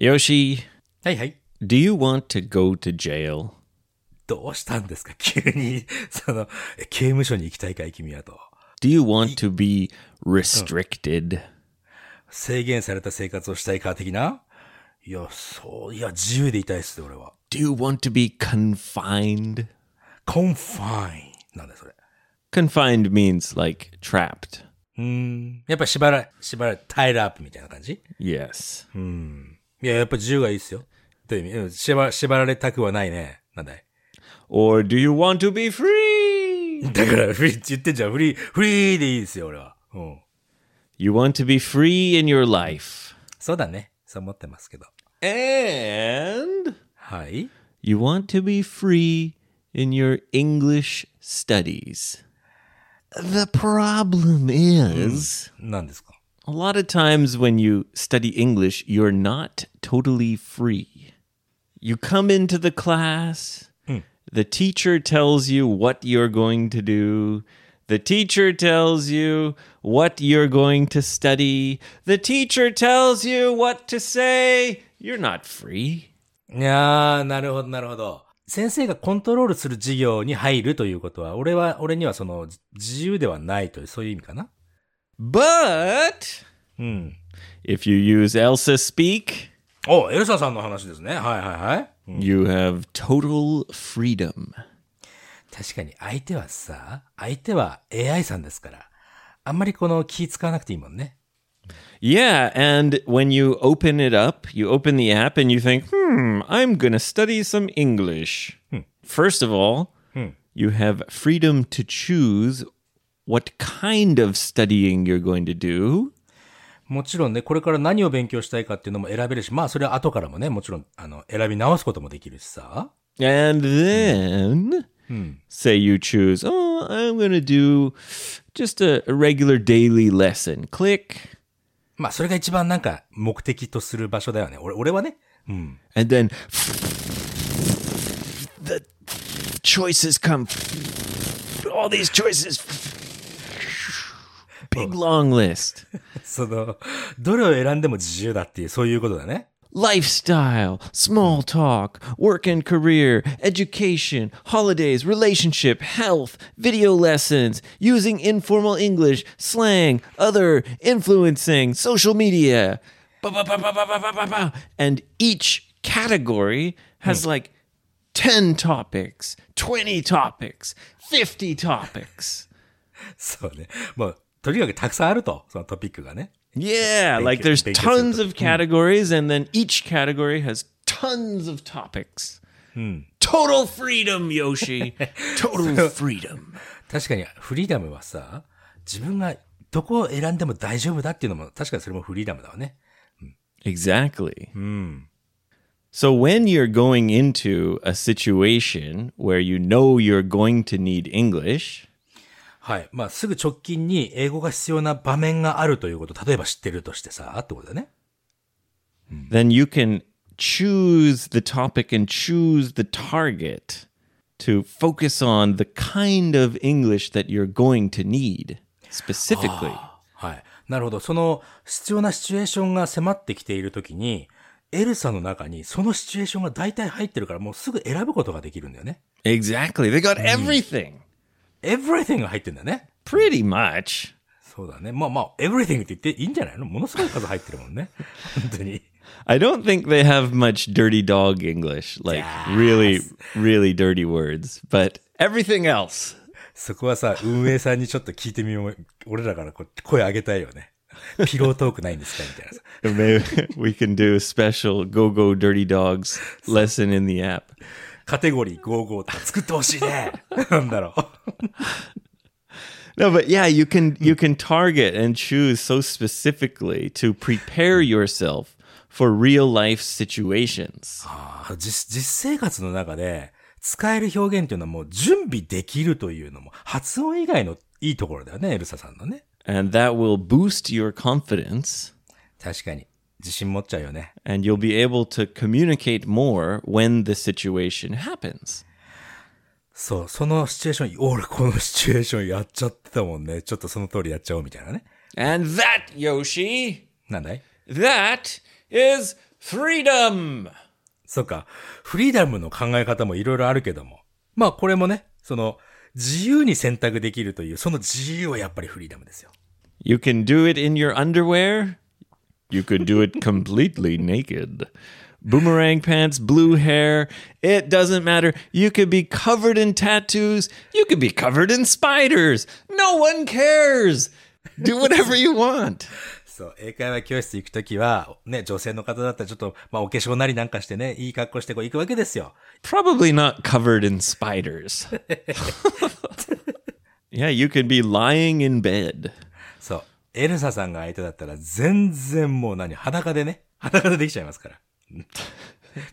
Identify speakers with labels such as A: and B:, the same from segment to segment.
A: Yoshi,
B: はいはい。
A: do you want to go to jail?
B: どうしたんですか 急に、その、え刑務所に行きたいかい君はと。
A: Do you want to be restricted?
B: 制限された生活をしたいか的ないや、そう、いや、自由でいたいっすね、俺は。
A: Do you want to be confined?
B: コンファイン。なんだそれ。
A: Confined means like trapped.
B: うーん。やっぱ縛られ、縛られ、タイルアップみたいな感じ
A: Yes.
B: いや、やっぱ自由がいいっすよ。という意味うん、縛、縛られたくはないね。なんだい
A: Or do you want to be free?
B: だから、フリーって言ってんじゃん。フリー、フリーでいいですよ、俺は。うん。
A: You want to be free in your life.
B: そうだね。そう思ってますけど。
A: And
B: はい。
A: you want to be free in your English studies. The problem is.
B: 何ですか
A: A lot of times when you study English, you're not totally free. You come into the class, the teacher tells you what you're going to do. The teacher tells you what you're going to study. The teacher tells you what to say. You're not free.
B: いやー、なるほど、なるほど。先生がコントロールする授業に入るということは、俺は、俺にはその、じ自由ではないという、そういう意味かな
A: But
B: うん。
A: if you use Elsa Speak,
B: お、エルサさんの話ですね。はいはいはい。
A: you have total freedom.
B: 確かに、相手はさ、相手は AI さんですから、あんまりこの気使わなくていいもんね。
A: Yeah, and when you open it up, you open the app and you think, hmm, I'm going to study some English. First of all, you have freedom to choose what kind of studying you're going to do.
B: もちろんね、これから何を勉強したいかっていうのも選べるし、まあそれは後からもね、もちろん、あの、選び直すこともできるしさ。
A: And then, say you choose, oh, I'm going to do just a, a regular daily lesson. Click.
B: まあそれが一番なんか目的とする場所だよね。俺、俺はね。
A: And then the choices come. All these choices. Big long list.
B: その、どれを選んでも自由だっていう、そういうことだね。
A: Lifestyle, small talk, work and career, education, holidays, relationship, health, video lessons, using informal English, slang, other, influencing, social media. Ba, ba, ba, ba, ba, ba, ba, ba, ba. And each category has like 10 topics, 20 topics, 50 topics.
B: そうね。もう、とにかくたくさんあると、そのトピックがね。
A: Yeah,
B: Thank
A: like
B: you.
A: there's
B: Thank you,
A: tons
B: Silver.
A: of categories, and then each category has tons of topics. Hmm. Total freedom, Yoshi. Total freedom.
B: 確かに、フリーダムはさ、自分がどこを選んでも大丈夫だっていうのも、確かにそれもフリーダムだわね。
A: Exactly. So when you're going into a situation where you know you're going to need English,
B: はい。まあ、すぐ直近に英語が必要な場面があるということ、例えば知ってるとしてさ、ってことだね。
A: then you can choose the topic and choose the target to focus on the kind of English that you're going to need specifically.
B: はい。なるほど。その必要なシチュエーションが迫ってきているときに、エルサの中にそのシチュエーションが大体入ってるから、もうすぐ選ぶことができるんだよね。
A: Exactly. They got everything.
B: everything が入ってんだよね。
A: Pretty much.
B: そうだね。まあまあ、everything って言っていいんじゃないのものすごい数入ってるも んね。本当に。
A: I don't think they have much dirty dog English, like really, really dirty words, but everything else.
B: そこはさ、運営さんにちょっと聞いてみよう。俺らからこう声上げたいよね。ピロートークないんですかみたいな さ。
A: Maybe we can do a special go go dirty dogs lesson in the app.
B: カテゴリー55とか作ってほしい ね。なんだろう。
A: No, but yeah, you can you can target and choose so specifically to prepare yourself for real life situations.
B: あ実実生活の中で使える表現っていうのはもう準備できるというのも発音以外のいいところだよね、エルサさんのね。
A: And that will boost your confidence.
B: 確かに。自信持っちゃうよね。
A: and you'll be able to communicate more when the situation happens.
B: そう、そのシチュエーション、俺このシチュエーションやっちゃってたもんね。ちょっとその通りやっちゃおうみたいなね。
A: And that, Yoshi,
B: なんだい
A: that is freedom!
B: そっか。フリーダムの考え方もいろいろあるけども。まあこれもね、その、自由に選択できるという、その自由はやっぱりフリーダムですよ。
A: You can do it in your underwear. You could do it completely naked. Boomerang pants, blue hair. It doesn't matter. You could be covered in tattoos. You could be covered in spiders. No one cares. Do whatever you want.
B: そう、英会話教室行くときは、ね、女性の方だったらちょっと、まあお化粧なりなんかしてね、いい格好してこう行くわけですよ。
A: Probably not covered in spiders. yeah, you could be lying in bed.
B: そう。エルサさんが相手だったら全然もう何裸でね。裸でできちゃいますから。 うん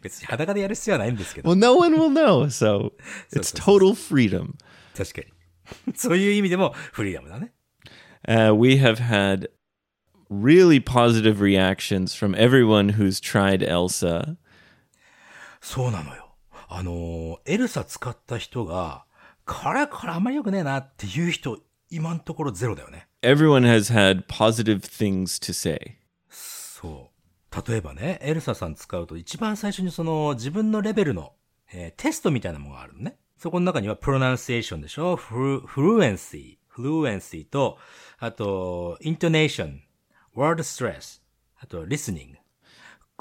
B: 別に裸でやる必要はないんですけど。
A: Well, no one will know, so it's total freedom.
B: 確かに。そういう意味でもフリーダムだね。
A: uh, we have had really positive reactions from everyone who's tried Elsa.
B: そうなのよ。あのーエルサ使った人が、これこれあんまり良くねえなっていう人、今のところゼロだよね。
A: Everyone has had positive things to say.
B: そう。例えばね、エルサさん使うと一番最初にその自分のレベルの、えーテストみたいなものがあるのね。そこの中にはプロナンシエーションでしょフル、フルエンシー、フルエンシーと、あと、イントネーション、ワールドストレス、あと、リスニング。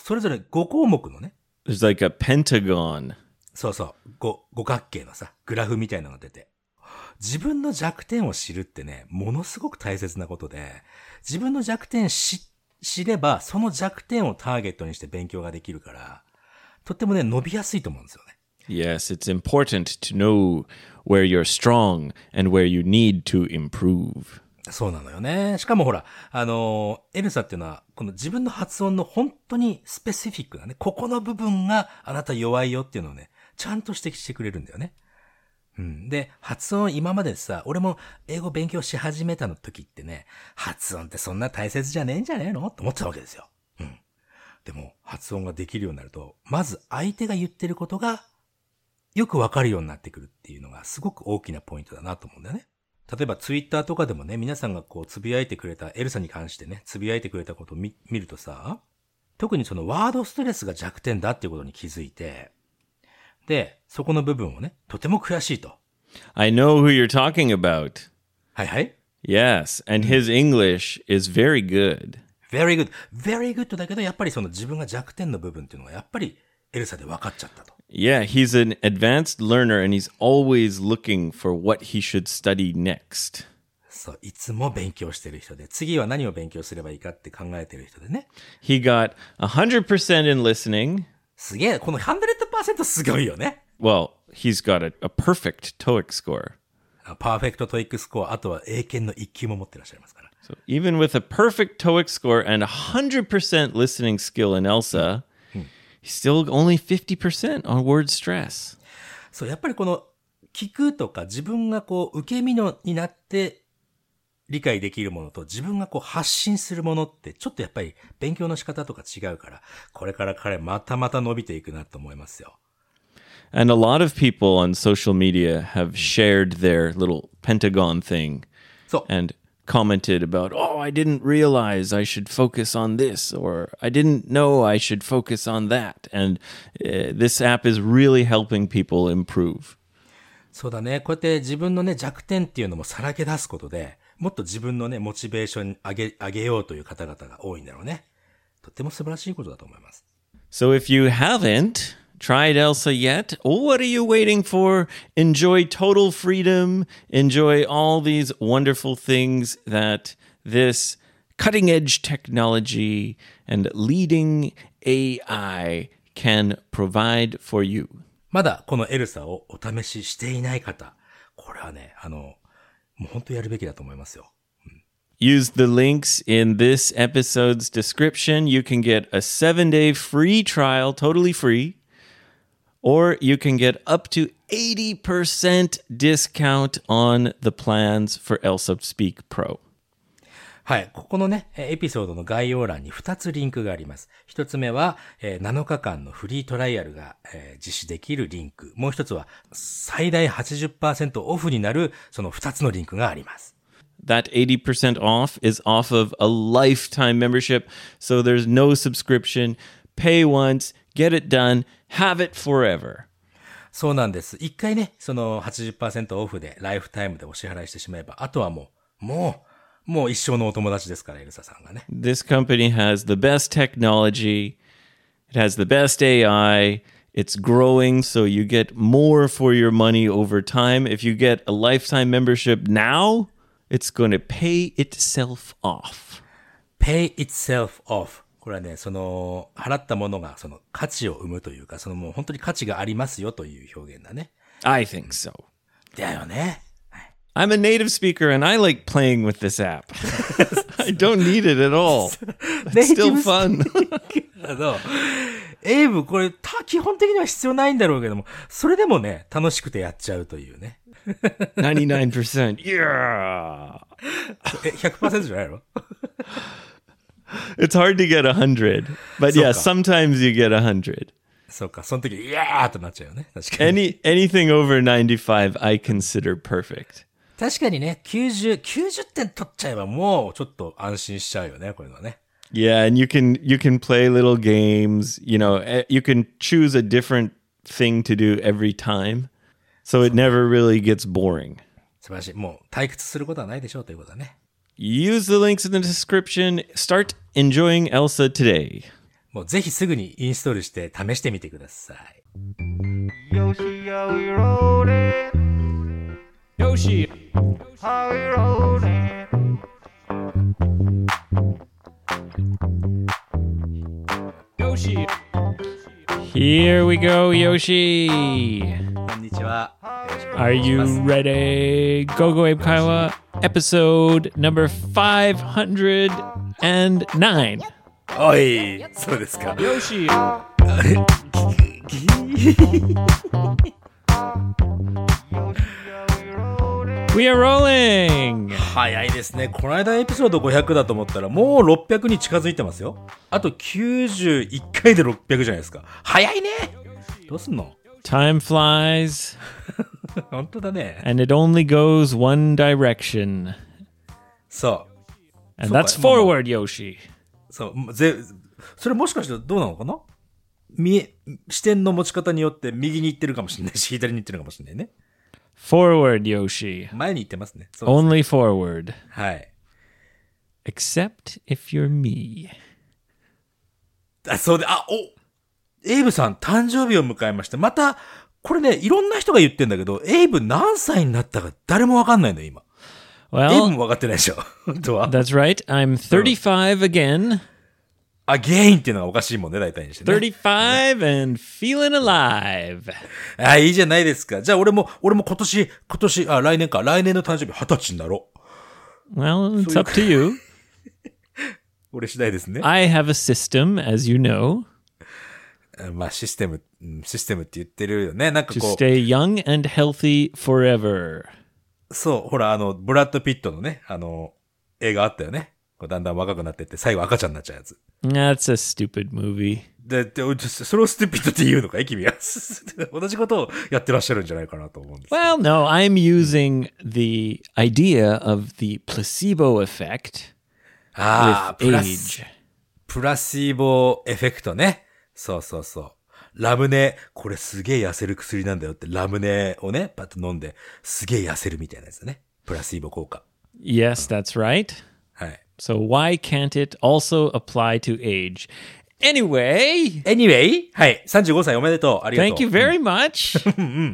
B: それぞれ5項目のね、
A: There's like a pentagon.
B: そうそう、五、五角形のさ、グラフみたいなのが出て。自分の弱点を知るってね、ものすごく大切なことで、自分の弱点し、知れば、その弱点をターゲットにして勉強ができるから、とってもね、伸びやすいと思うんですよね。
A: Yes, it's important to know where you're strong and where you need to improve.
B: そうなのよね。しかもほら、あのーエルサっていうのは、この自分の発音の本当にスペシフィックなね、ここの部分があなた弱いよっていうのをね、ちゃんと指摘してくれるんだよね。うん。で、発音今までさ、俺も英語勉強し始めたの時ってね、発音ってそんな大切じゃねえんじゃねえのって思ってたわけですよ。うん。でも、発音ができるようになると、まず相手が言ってることがよくわかるようになってくるっていうのがすごく大きなポイントだなと思うんだよね。例えばツイッターとかでもね、皆さんがこうつぶやいてくれた、エルサに関してね、つぶやいてくれたことを見見るとさ、特にそのワードストレスが弱点だっていうことに気づいて、で、そこの部分をね、とても悔しいと。
A: I know who you're talking about.
B: はいはい。
A: Yes, and his English is very good.
B: very good, very good だけど、やっぱりその自分が弱点の部分っていうのがやっぱりエルサで分かっちゃったと。
A: Yeah, he's an advanced learner and he's always looking for what he should study next.
B: そう、いつも勉強してる人で、次は何を勉強すればいいかって考えてる人でね。
A: He got 100% in listening.
B: すげえ、この100%すごいよね。
A: Well, he's got a, a perfect TOEIC score.
B: あパーフェクトトイックスコア、あとは英検の1級も持ってらっしゃいますから。
A: So even with a perfect TOEIC score and 100% listening skill in ELSA, he's still only 50% on word stress.
B: そう、やっぱりこの、聞くとか自分がこう、受け身のになって理解できるものと自分がこう、発信するものって、ちょっとやっぱり勉強の仕方とか違うから、これから彼またまた伸びていくなと思いますよ。
A: And a lot of people on social media have shared their little Pentagon thing
B: そう。
A: and commented about, oh, I didn't realize I should focus on this, or I didn't know I should focus on that. And uh, this app is really helping people improve.
B: そうだね。こうやって自分のね、弱点っていうのもさらけ出すことで、もっと自分のね、モチベーション上げ、上げようという方々が多いんだろうね。とっても素晴らしいことだと思います。
A: So if you haven't tried Elsa yet, what are you waiting for? Enjoy total freedom, enjoy all these wonderful things that this cutting edge technology and leading AI can provide for you.
B: まだこのエルサをお試ししていない方、これはね、あの、もう本当やるべきだと思いますよ。
A: Use the links in this episode's description. You can get a seven day free trial, totally free, or you can get up to 80% discount on the plans for Elsa Speak Pro.
B: はい。ここのね、えエピソードの概要欄に2つリンクがあります。1つ目は、えー7日間のフリートライアルが、えー実施できるリンク。もう1つは、最大80%オフになる、その2つのリンクがあります。
A: That 80% off is off of a lifetime membership, so there's no subscription. pay once, get it done, have it forever.
B: そうなんです。一回ね、その80%オフでライフタイムでお支払いしてしまえば、あとはもう、もう、もう一生のお友達ですから、エルサさんがね。
A: This company has the best technology, it has the best AI. It's growing, so you get more for your money over time. If you get a lifetime membership now, it's going to pay itself off.
B: pay itself off. これはね、その、払ったものがその価値を生むというか、そのもう本当に価値がありますよという表現だね。
A: I think so.
B: だよね。
A: I'm a native speaker and I like playing with this app. I don't need it at all. It's still fun.
B: あの、エイブ、これ、た、基本的には必要ないんだろうけども、それでもね、楽しくてやっちゃうというね。
A: 99%. Yeah.
B: え、100%じゃないの
A: It's hard to get 100. But yeah, sometimes you get 100.
B: そうか、その時、いやーとなっちゃうよね。確かに。
A: Any anything over 95 I consider perfect.
B: 確かにね、90、90点取っちゃえばもう、ちょっと安心しちゃうよね、こういうのはね。
A: Yeah, and you can you can play little games, you know, eh, you can choose a different thing to do every time. So it never really gets boring.
B: 素晴らしい。もう、退屈することはないでしょうということだね。
A: Use the links in the description. Start enjoying Elsa today.
B: もう、ぜひすぐにインストールして、試してみてください。
C: Yoshi, how we rolling?
A: Yoshi.
C: How we rolling?
A: Yoshi. Here we go, Yoshi.
B: こんにちは。
A: Are you ready? Go Go Abe Kaiwa, episode number 509.
B: おい、そうですか。
A: Yoshi. We are rolling.
B: 早いですね。この間エピソード500だと思ったら、もう600に近づいてますよ。あと91回で600じゃないですか。早いねどうすんの
A: Time flies,
B: 本当だね。
A: and it only goes one direction.
B: そ
A: And
B: So
A: that's
B: what- Momo-
A: forward, Yoshi.
B: う。そう。ぜ、それもしかしてどうなのかな見え、視点の持ち方によって右に行ってるかもしれないし、左に行ってるかもしれないね。
A: Forward, Yoshi.
B: 前に行ってますね。そう。
A: Only forward.
B: はい。
A: Except if you're me.
B: あ、そうで、あ、おエイブさん誕生日を迎えました。また、これね、いろんな人が言ってんだけど、エイブ何歳になったか誰もわかんないの、今。エイブ
A: Well,
B: も分かってないでしょ。 本当は。
A: that's right. I'm 35 again.
B: あ、ゲインっていうのがおかしいもんね、大体にして、ね。
A: 35 and feeling alive.
B: あ、いいじゃないですか。じゃあ俺も、俺も今年、今年、あ、来年か。来年の誕生日二十歳になろう。
A: Well, it's up to you.
B: 俺次第ですね。
A: I have a system, as you know,
B: まあ、システム、うんシステムって言ってるよね。なんか
A: to
B: こ
A: stay young and healthy forever.
B: う、そう、ほら、あの、ブラッド・ピットのね、あの、映画あったよね。こうだんだん若くなってって、最後赤ちゃんになっちゃうやつ。
A: That's a stupid movie.
B: で、で、おちょそれをステピッドって言うのかい君は。 同じことをやってらっしゃるんじゃないかなと思うんです。
A: Well, no, I'm using the idea of the placebo effect
B: ああ、
A: with
B: プラス
A: age.、
B: プラシーボエフェクトね。そうそうそう。ラムネ、これすげえ痩せる薬なんだよって、ラムネをね、パッと飲んで、すげえ痩せるみたいなやつだね。プラシーボ効果。
A: Yes, that's right.
B: はい。
A: So why can't it also apply to age? Anyway,
B: Anyway? はい。35歳おめでとう。ありがとう。
A: Thank you very much.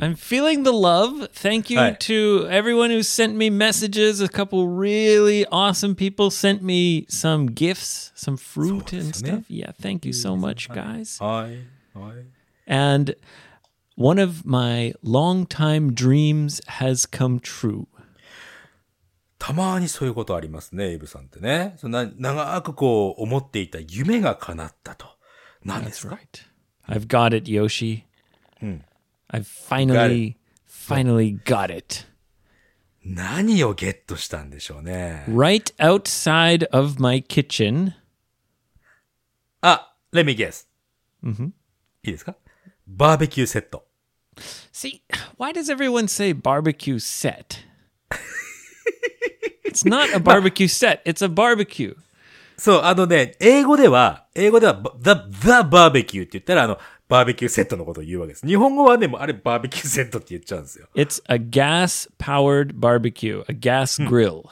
A: I'm feeling the love. Thank you
B: Hi.
A: to everyone who sent me messages. A couple really awesome people sent me some gifts, some fruit and
B: isn't it?
A: stuff. Yeah, thank you so much, guys.
B: はい。はい。
A: And one of my longtime dreams has come true.
B: たまにそういうことありますね、エイブさんってね。そんな、長くこう、思っていた夢が叶ったと。何です
A: That's
B: か
A: right. Hmm. I've got it, Yoshi. I've finally, finally got it.
B: 何をゲットしたんでしょうね。
A: Right outside of my kitchen.
B: あ、let me guess. いいですかバーベキューセット。
A: See, why does everyone say barbecue set? it's not a barbecue set, it's a barbecue.
B: そう、あのね、英語では、英語では、ば the, the barbecue って言ったら、あの、バーベキューセットのことを言うわけです。日本語はね、もうあれバーベキューセットって言っちゃうんですよ。
A: It's a gas powered barbecue, a gas grill.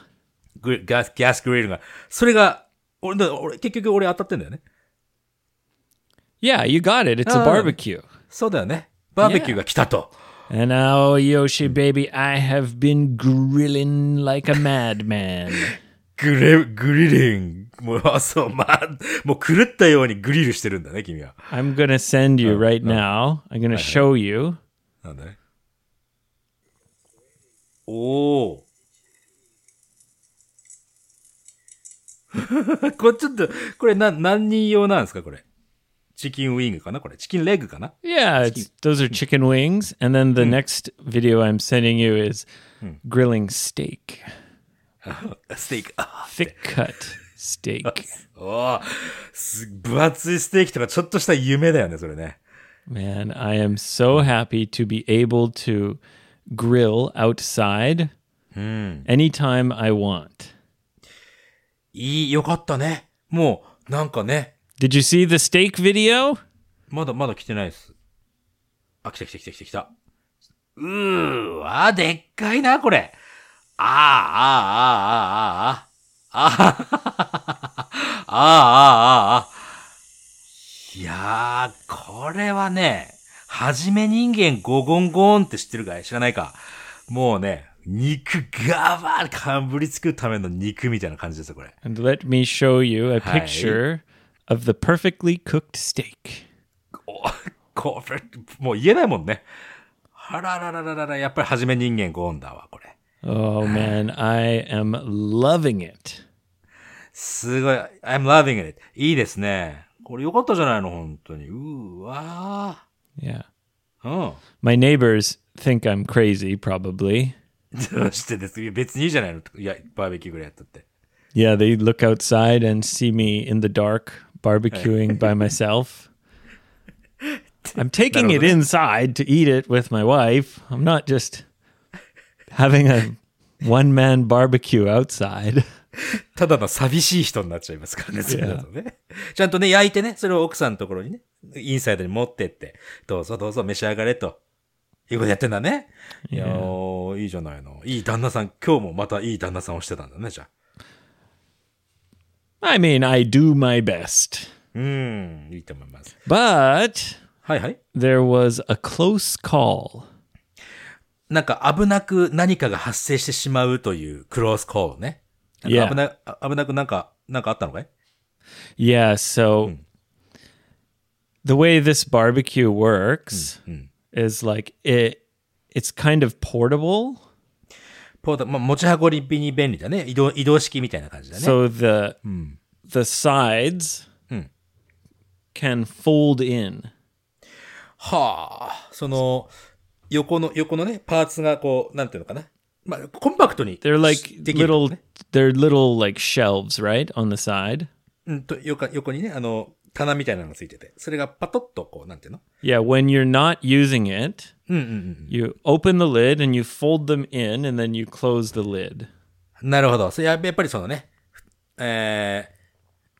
B: グリガス、ガスグリルが。それが、俺、だ俺、結局俺当たってんだよね。
A: Yeah, you got it. It's a
B: Oh.
A: barbecue.
B: そうだよね。バーベキューが来たと。
A: And now, Yoshi baby, I have been grilling like a madman.
B: グレ、グリリング。もう、あそう、まあ、もう狂ったようにグリルしてるんだね、君は。
A: I'm gonna send you right now. I'm gonna show you.
B: なんだね。おお。 これちょっと、これな、何人用なんですかこれ。チキンウィングかなこれ。チキンレッグかな
A: Yeah, it's, those are chicken wings. And then the next video I'm sending you is grilling steak,
B: ステーキ。あ
A: thick cut steak.
B: おーす分厚いステーキとかちょっとした夢だよね、それね。
A: Man, I am so happy to be able to grill outside anytime I want.
B: いい、よかったね。もう、なんかね、
A: Did you see the steak video?
B: まだまだ来てないです。あ、来た来た来た来た来た。うーわ、でっかいな、これ。あーあー、あーあー、あーあー、あーあー、あーあー、あー。いやー、これはね、はじめ人間ゴゴンゴーンって知ってるかい知らないか。もうね、肉がばーかぶりつくための肉みたいな感じですよ、これ。
A: And let me show you a
B: Hi.
A: picture of the perfectly cooked steak.
B: お これ、もう言えないもんね。あらららららら、やっぱり初め人間ゴーンだわ、これ。
A: Oh man, I am loving it.
B: すごい。I'm loving it. いいですね。これよかったじゃないの、本当に。うーわ
A: Yeah.
B: ー。
A: My neighbors think I'm crazy, probably.
B: うん。どうしてですいや別にいいじゃないの。いや、バーベキューぐらいやったって。
A: Yeah, they look outside and see me in the dark barbecuing by myself. I'm taking it inside to eat it with my wife. I'm not just having a one man barbecue outside.
B: ただの寂しい人になっちゃいますからね、それだとね。ちゃんとね、焼いてね、それを奥さんのところにね、インサイドに持ってって、どうぞどうぞ召し上がれと。いうことやってんだね。いやー、いいじゃないの。いい旦那さん、今日もまたいい旦那さんをしてたんだね、じゃあ。
A: I mean, I do my best.
B: うん、いいと思います。
A: But
B: はいはい。
A: there was a close call.
B: なんか危なく何かが発生してしまうというクロースコールね。なんか
A: Yeah.
B: 危な、あ危なくなんか、なんかあったのかい
A: Yeah, so the way this barbecue works is like it it's kind of portable.
B: ポータ、まあ、持ち運びに便利だね。移動、移動式みたいな感じだね。
A: So the the sides can fold in.
B: はあ、その、横の、横のね、パーツがこう、なんていうのかな。まあ、コンパクトに。
A: They're like
B: できる
A: little
B: ね
A: they're little like shelves, right? On the side.
B: うんと、横、横にね、あの、棚みたいなのがついてて。それがパトッとこう、なんていうの
A: Yeah, when you're not using it, you open the lid and you fold them in and then you close the lid.
B: なるほど。それややっぱりそのね、え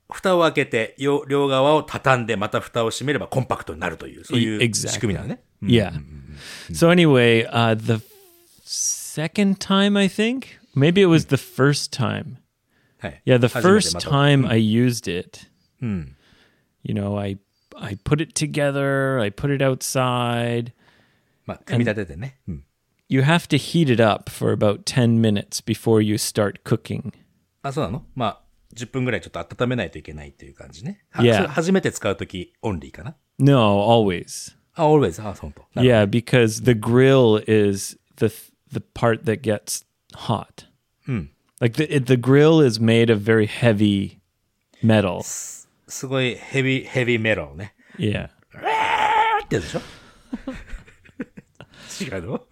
B: ー、蓋を開けて、よ両側を畳んで、また蓋を閉めればコンパクトになるという、そうい
A: E-
B: う
A: exactly.
B: 仕組みなのね。
A: Yeah. Mm-hmm. So anyway, uh, the second time I think, maybe it was the first time.
B: はい。
A: Yeah, the
B: 初めて
A: first
B: また
A: time I used it, you know, I I put it together, I put it outside.
B: まあ、組み立ててね。うん。
A: You have to heat it up for about ten minutes before you start cooking.
B: あ、そうなのまあ、10分ぐらいちょっと温めないといけないっていう感じね。はい
A: や
B: それ初めて使うとき、オンリーかな。
A: No, always.
B: あ、always. あ、そうと。なる
A: Yeah, because the grill is the th- the part that gets hot. Like the it, the grill is made of very heavy metal.
B: すごいヘビ、ヘビメロンね。
A: Yeah.
B: あってやつでしょ 違うの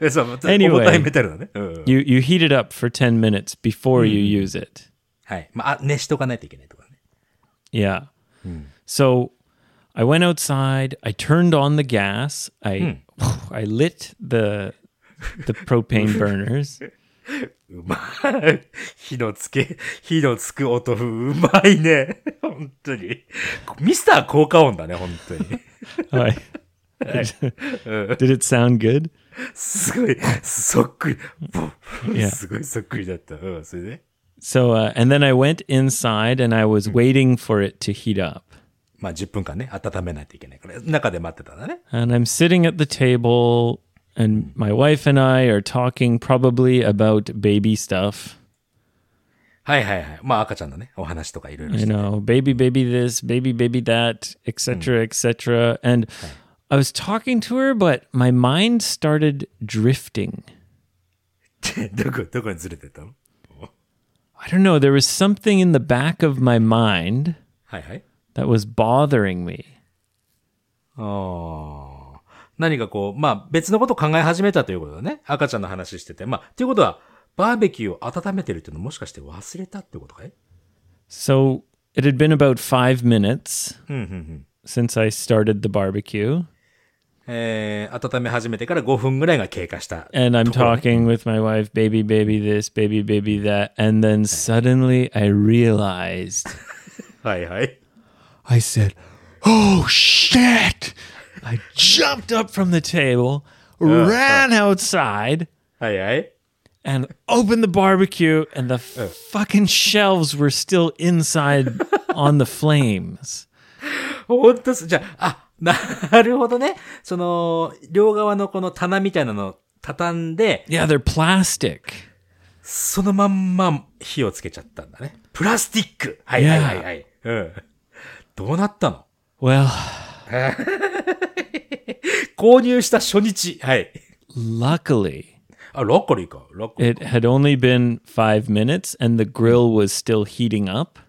B: えそう、また
A: Anyway
B: 重たいメタルだね。うんうん。
A: You you heat it up for 10 minutes before you use it.
B: はい。まあ、あ熱しとかないといけないとかね。
A: Yeah. So I went outside, I turned on the gas, I I lit the the propane burners
B: うまい。 火のつけ、火のつく音、うまいね。本当に。ミスター効果音だね、本当に。
A: All right.
B: うん、
A: Oh, Did it sound good?
B: すごい、そっくり。
A: Yeah.
B: すごいそっくりだった。うん、それで、
A: So, uh, and then I went inside and I was waiting for it to heat up.
B: まあ10分間ね、温めないといけないから、中で待ってたんだね。
A: And I'm sitting at the table, and my wife and I are talking probably about baby stuff.
B: はいはいはい。まあ赤ちゃんのね、お話とかいろいろし
A: you
B: て。
A: know, baby, baby this, baby, baby that, etc., etc. And I was talking to her, but my mind started drifting.
B: どこ、どこにずれてったの
A: I don't know. There was something in the back of my mind
B: はいはい。
A: that was bothering me.
B: ああ。何かこう、まあ別のことを考え始めたということだね。赤ちゃんの話してて。まあ、ということは、バーベキューを温めてるっていうのもしかして忘れたってことかい
A: So it had been about five minutes
B: うんうんうん。
A: since I started the barbecue.
B: えー、温め始めてから5分ぐらいが経過した。
A: And I'm
B: ところね
A: talking with my wife, baby, baby this, baby, baby that. And then suddenly I realized
B: はいはい。
A: I said, Oh shit! I jumped up from the table, ran outside,
B: はいはい。
A: and opened the barbecue, and the fucking shelves were still inside on the flames.
B: ほんとす、じゃあ、あ、な るほどね。その、両側のこの棚みたいなのを畳んで、
A: Yeah, they're plastic.
B: そのまんま火をつけちゃったんだね。プラスティックはいはいはいはい。うん。どうなったの
A: Well,
B: 購入した初日。はい。
A: luckily,
B: あ、ロッコリーか。ロッコリー。
A: it had only been five minutes, and the grill was still heating up.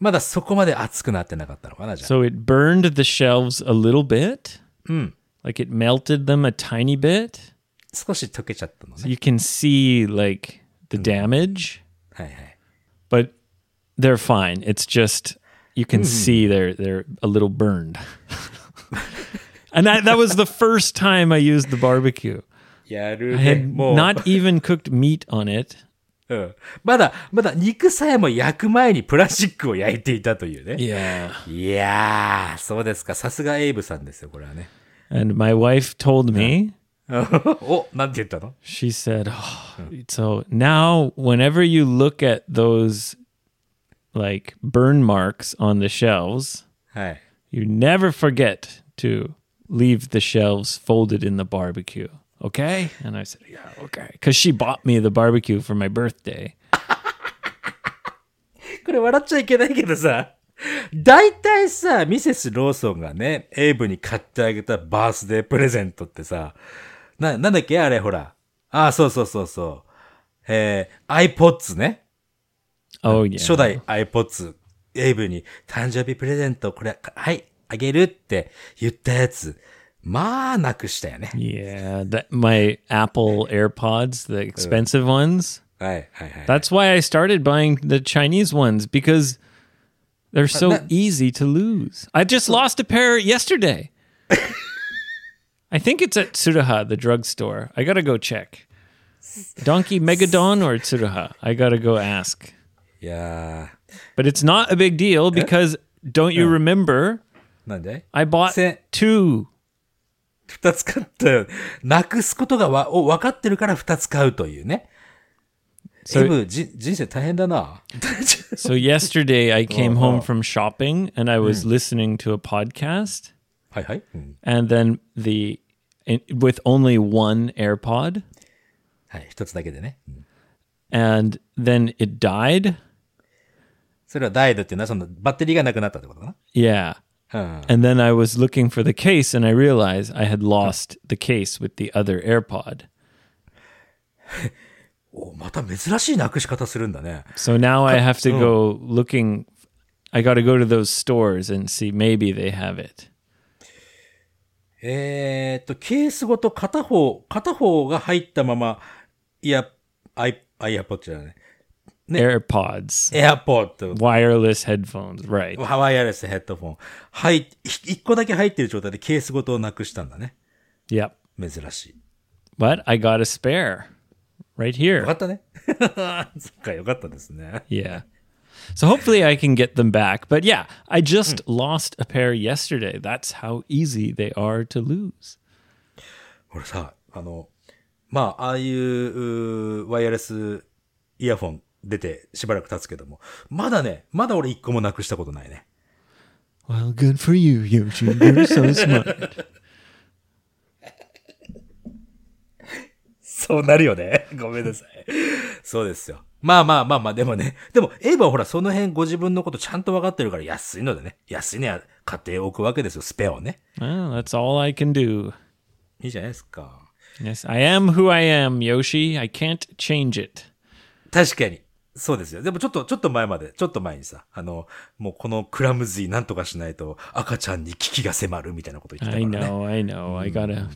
B: まだそこまで熱くなってなかったのかな、じゃあ。
A: So it burned the shelves a little bit.
B: Mm.
A: Like it melted them a tiny bit.
B: 少し溶けちゃったのね。
A: you can see like the damage,
B: はいはい。
A: but they're fine. It's just you can see they're they're a little burned. and I, that was the first time I used the barbecue.
B: やる
A: I
B: ね。
A: had
B: もう。
A: not even cooked meat on it.
B: うん。まだ、まだ肉さえも焼く前にプラスチックを焼いていたというね。
A: Yeah.
B: いやー、そうですか。さすがエイブさんですよ、これはね。
A: And my wife told me
B: お、なんて言ったの
A: She said, oh, so now whenever you look at those like burn marks on the shelves,
B: はい。
A: you never forget to leave the shelves folded in the barbecue. Okay? And I said, yeah, okay. Because she bought me the barbecue for my birthday.
B: これ笑っちゃいけないけどさ、大体さ、ミセス・ローソンがね、エイブに買ってあげたバースデープレゼントってさ、な、なんだっけあれ、ほら。ああ、そうそうそうそう。えー、iPods ね。
A: Oh, yeah.
B: 初代 iPods、エイブに誕生日プレゼント、これ、はい、あげるって言ったやつ。まあ、なくしたよね。
A: Yeah. That, my Apple AirPods, the expensive ones.
B: はい、はい、はい。
A: That's why I started buying the Chinese ones because they're so
B: that-
A: easy to lose. I just lost a pair yesterday. I think it's at Tsuruha, the drugstore. I gotta go check. Donkey Megadon or Tsuruha? I gotta go ask.
B: いや
A: But it's not a big deal because don't you remember?
B: ー、なんで
A: I bought
B: Se-
A: two.
B: 二つ買ったよ。なくすことがわ、を分かってるから二つ買うというね。
A: そ
B: セ
A: れ
B: ブ、じ、人生大変だ な。
A: So yesterday I came home from shopping and I was listening to a podcast.
B: はいはい。うん
A: and then the in, with only one AirPod,
B: はい、一つだけでね。うん
A: and then it died.
B: それはダイドっていうのは、その、バッテリーがなくなったってことか
A: Yeah,
B: な。
A: and then I was looking for the case, and I realized I had lost the case with the other AirPod.
B: うん。お、また珍しいなくし方するんだね。
A: So now I have to go looking. I got to go to those stores and see maybe they have it.
B: えーっと、ケースごと片方、片方が入ったまま、いや、アイ、アイアポッドじゃない。
A: AirPods,
B: エアポッド。
A: wireless headphones, right?
B: ハワイアレスヘッドフォン。はい、ひ一個だけ入ってる状態でケースごとをなくしたんだね。
A: Yep.
B: 珍しい。
A: But I got a spare right here.
B: よかったね。 そっか、よかったですね。
A: Yeah. So hopefully I can get them back. But yeah, I just lost a pair yesterday. That's how easy they are to lose.
B: 俺さ、あの、まあ、ああいううー、ワイヤレスイヤフォン出てしばらく経つけども、まだね、まだ俺一個もなくしたことないね。
A: Well, good for you, Yoshi. You're so smart.
B: そうなるよね。 ごめんなさい。そうですよ。まあまあまあまあ、でもね。でも、エイブはほら、その辺ご自分のことちゃんと分かってるから安いのでね。安いね、家庭を置くわけですよ、スペアをね。
A: Well, that's all I can do.
B: いいじゃないですか。
A: Yes, I am who I am, Yoshi. I can't change it.
B: 確かに。そうですよ。でもちょっと、ちょっと前まで、ちょっと前にさ、あの、もうこのクラムズイなんとかしないと赤ちゃんに危機が迫るみたいなこと言ってた
A: I
B: からね。
A: know, I know. I gotta,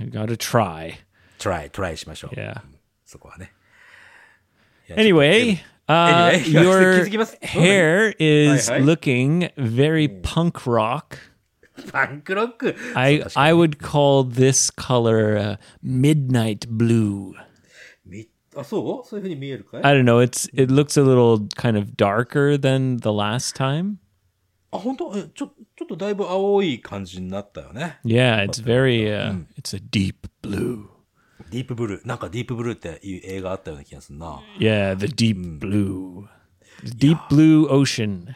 A: I gotta try.
B: try, try しましょう。
A: Yeah.
B: そこはね。
A: Anyway, uh,
B: Anyway,
A: your
B: 気づきます。
A: hair is
B: Hi, hi.
A: looking very punk rock.
B: パンクロック
A: I I would call this color uh, midnight blue.
B: みあ、そうそういう風に見えるかい
A: I don't know. It's it looks a little kind of darker than the last time.
B: あ、本当えちょ、ちょっとだいぶ青い感じになったよね。
A: Yeah, it's very uh,
B: Mm.
A: it's a deep blue.
B: ディープブルー。なんかディープブルーっていう映画あったような気がするな。
A: Yeah, the deep
B: Mm.
A: blue. The Deep blue ocean,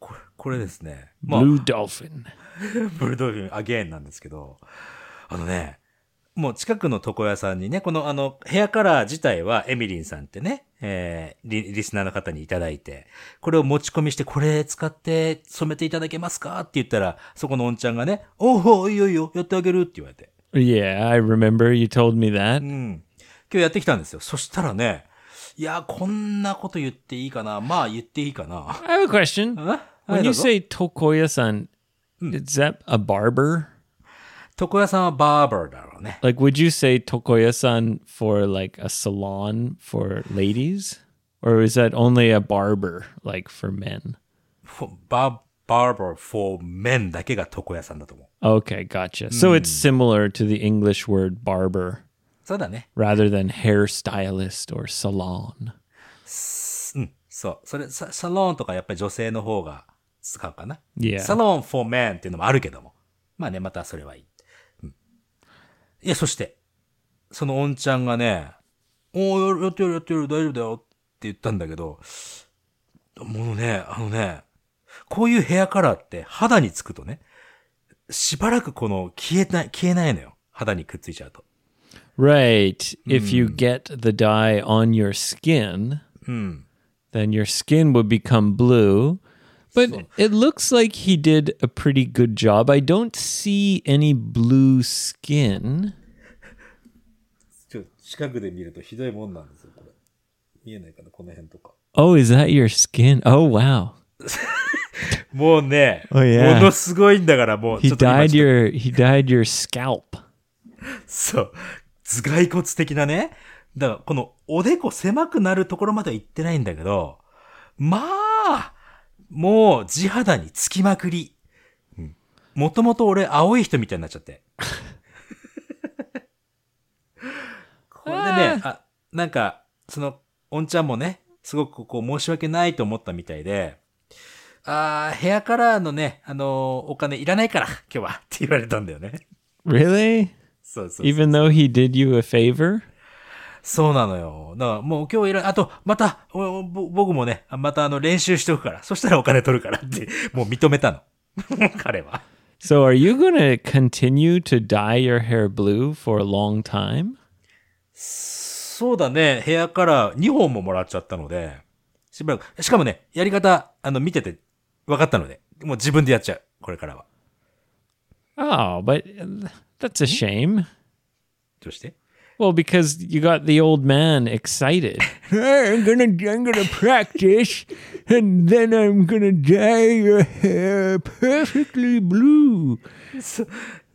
B: これ、これですね。まあ、
A: blue dolphin.
B: ブルドーフィン、アゲインなんですけど、あのね、もう近くの床屋さんにね、このあの、ヘアカラー自体はエミリンさんってね、えーリ、リスナーの方にいただいて、これを持ち込みして、これ使って染めていただけますかって言ったら、そこのおんちゃんがね、おお、いいよいいよ、やってあげるって言われて。
A: Yeah, I remember you told me that.
B: Mm. 今日やってきたんですよ。そしたらね、いやー、こんなこと言っていいかな。まあ、言っていいかな。
A: I have a question.
B: I
A: When you
B: don't know. Mm.
A: say Tokoya-san, is that a barber?
B: 床屋さんはバーバーだろうね。
A: Like, would you say Tokoya-san for like a salon for ladies, or is that only a barber like for men?
B: For- バー、バーバー for men だけが床屋さんだと思う。
A: Okay, gotcha. So it's similar to the English word barber
B: そうだね。
A: rather than hairstylist or salon.
B: うん。そう。それ、ササロンとかやっぱり女性の方が使うかな。
A: Yeah.
B: サロン for men っていうのもあるけども。まあね、またそれはいい。うん。いや、そして、そのおんちゃんがね、おお、ややってるやってる、大丈夫だよって言ったんだけど、もうね、あのね、こういうヘアカラーって肌につくとね、しばらくこの消えない、消えないのよ。肌にくっついちゃうと。
A: Right. If you get the dye on your skin, then your skin would become blue. But it looks like he did a pretty good job. I don't see any blue skin.
B: ちょ、近くで見るとひどいもんなんですよ、これ。見えないかな、この辺とか。
A: Oh, is that your skin? Oh, wow.
B: もうね、
A: Oh, yeah.
B: ものすごいんだから、もう、
A: He
B: ちょっと今
A: dyed
B: ちょっ
A: your he dyed your scalp.
B: とそう、頭蓋骨的なね。だから、このおでこ狭くなるところまでは行ってないんだけど、まあ、もう地肌につきまくり。もともと俺、青い人みたいになっちゃって。これでね、あ、なんか、その、おんちゃんもね、すごくこう、申し訳ないと思ったみたいで、ああ、ヘアカラーのね、あのーお金いらないから、今日は、って言われたんだよね。
A: Really?
B: そうそうそう
A: Even though he did you a favor?
B: そうなのよ。だからもう今日いら、あと、また、おぼ僕もね、またあの練習しておくから、そしたらお金取るからって、もう認めたの。 彼は。
A: So are you going to continue to dye your hair blue for a long time?
B: そうだね、部屋から2本ももらっちゃったので、しばらく、しかもね、やり方、あの、見てて分かったので、もう自分でやっちゃう。これからは。
A: Oh, but uh, that's a shame.
B: どうして
A: Well, because you got the old man excited. I'm gonna, I'm gonna practice, and then I'm gonna dye your hair perfectly blue.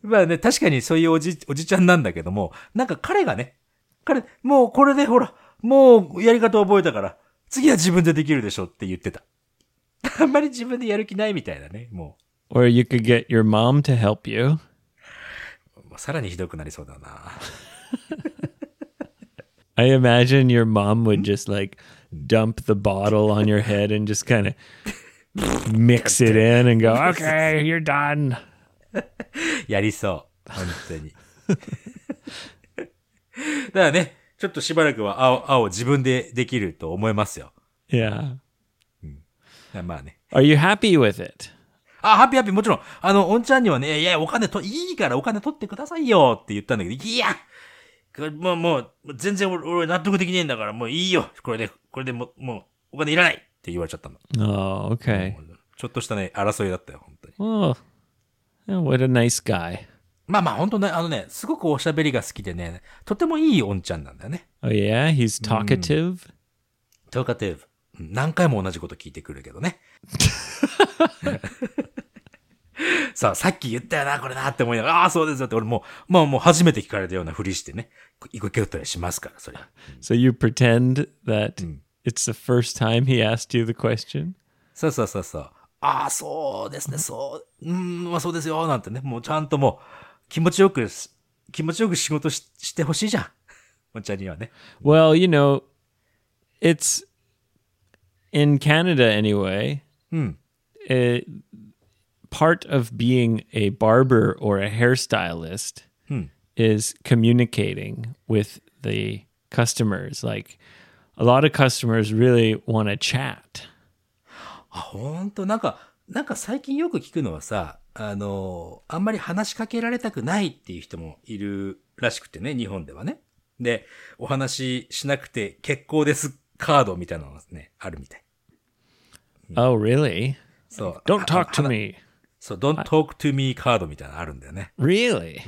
B: まあね、確かにそういうおじ、おじちゃんなんだけども、なんか彼がね、彼、もうこれでほら、もうやり方覚えたから、次は自分でできるでしょって言ってた。 あんまり自分でやる気ないみたいだね、も
A: Or you could get your mom to help you.
B: う。もうさらにひどくなりそうだな。
A: I imagine your mom would just like dump the bottle on your head and just kind of mix it in and go, okay, you're done.
B: やりそう。本当に。 だからね、ちょっとしばらくは青、青自分でできると思いますよ。
A: Yeah.
B: まあね。
A: Are you happy with it?
B: あ、ハッピーハッピー、もちろん。あの、おんちゃんにはね、いや、お金と、いいからお金取ってくださいよって言ったんだけど、いやこれもう、もう、全然俺、俺納得できねえんだから、もういいよこれで、これでもう、もう、お金いらないって言われちゃったの。
A: Oh, okay.
B: ちょっとしたね、争いだったよ、本当に。
A: Oh, yeah, what a nice guy.
B: まあまあ、本当ね、あのね、すごくおしゃべりが好きでね、とてもいいおんちゃんなんだよね。
A: Oh, yeah, he's talkative.
B: トーカテーブ。何回も同じこと聞いてくるけどね。さあ、さっき言ったよな、これなって思いながら、ああ、そうですよって、俺もう、まあもう初めて聞かれたようなふりしてね、行くことりしますから、それ。
A: So you pretend that it's the first time he asked you the question?
B: そうそうそうそう。ああ、そうですね、そう、うーん、まあそうですよ、なんてね、もうちゃんともう、気持ちよくし、気持ちよく仕事ししてほしいじゃん。おんちゃんにはね。
A: Well, you know, it's in Canada anyway. eh, part of being a barber or a hairstylist is communicating with the customers. Like a lot of customers really want to chat.
B: あ、ほんと、なんか、なんか最近よく聞くのはさ、あの、あんまり話しかけられたくないっていう人もいるらしくてね、日本ではね。で、お話ししなくて結構ですカードみたいなのがね、あるみたい。
A: Oh, really?
B: そう。
A: Don't
B: あ
A: talk to me.
B: そう、don't talk to me カードみたいなのあるんだよね。
A: Really?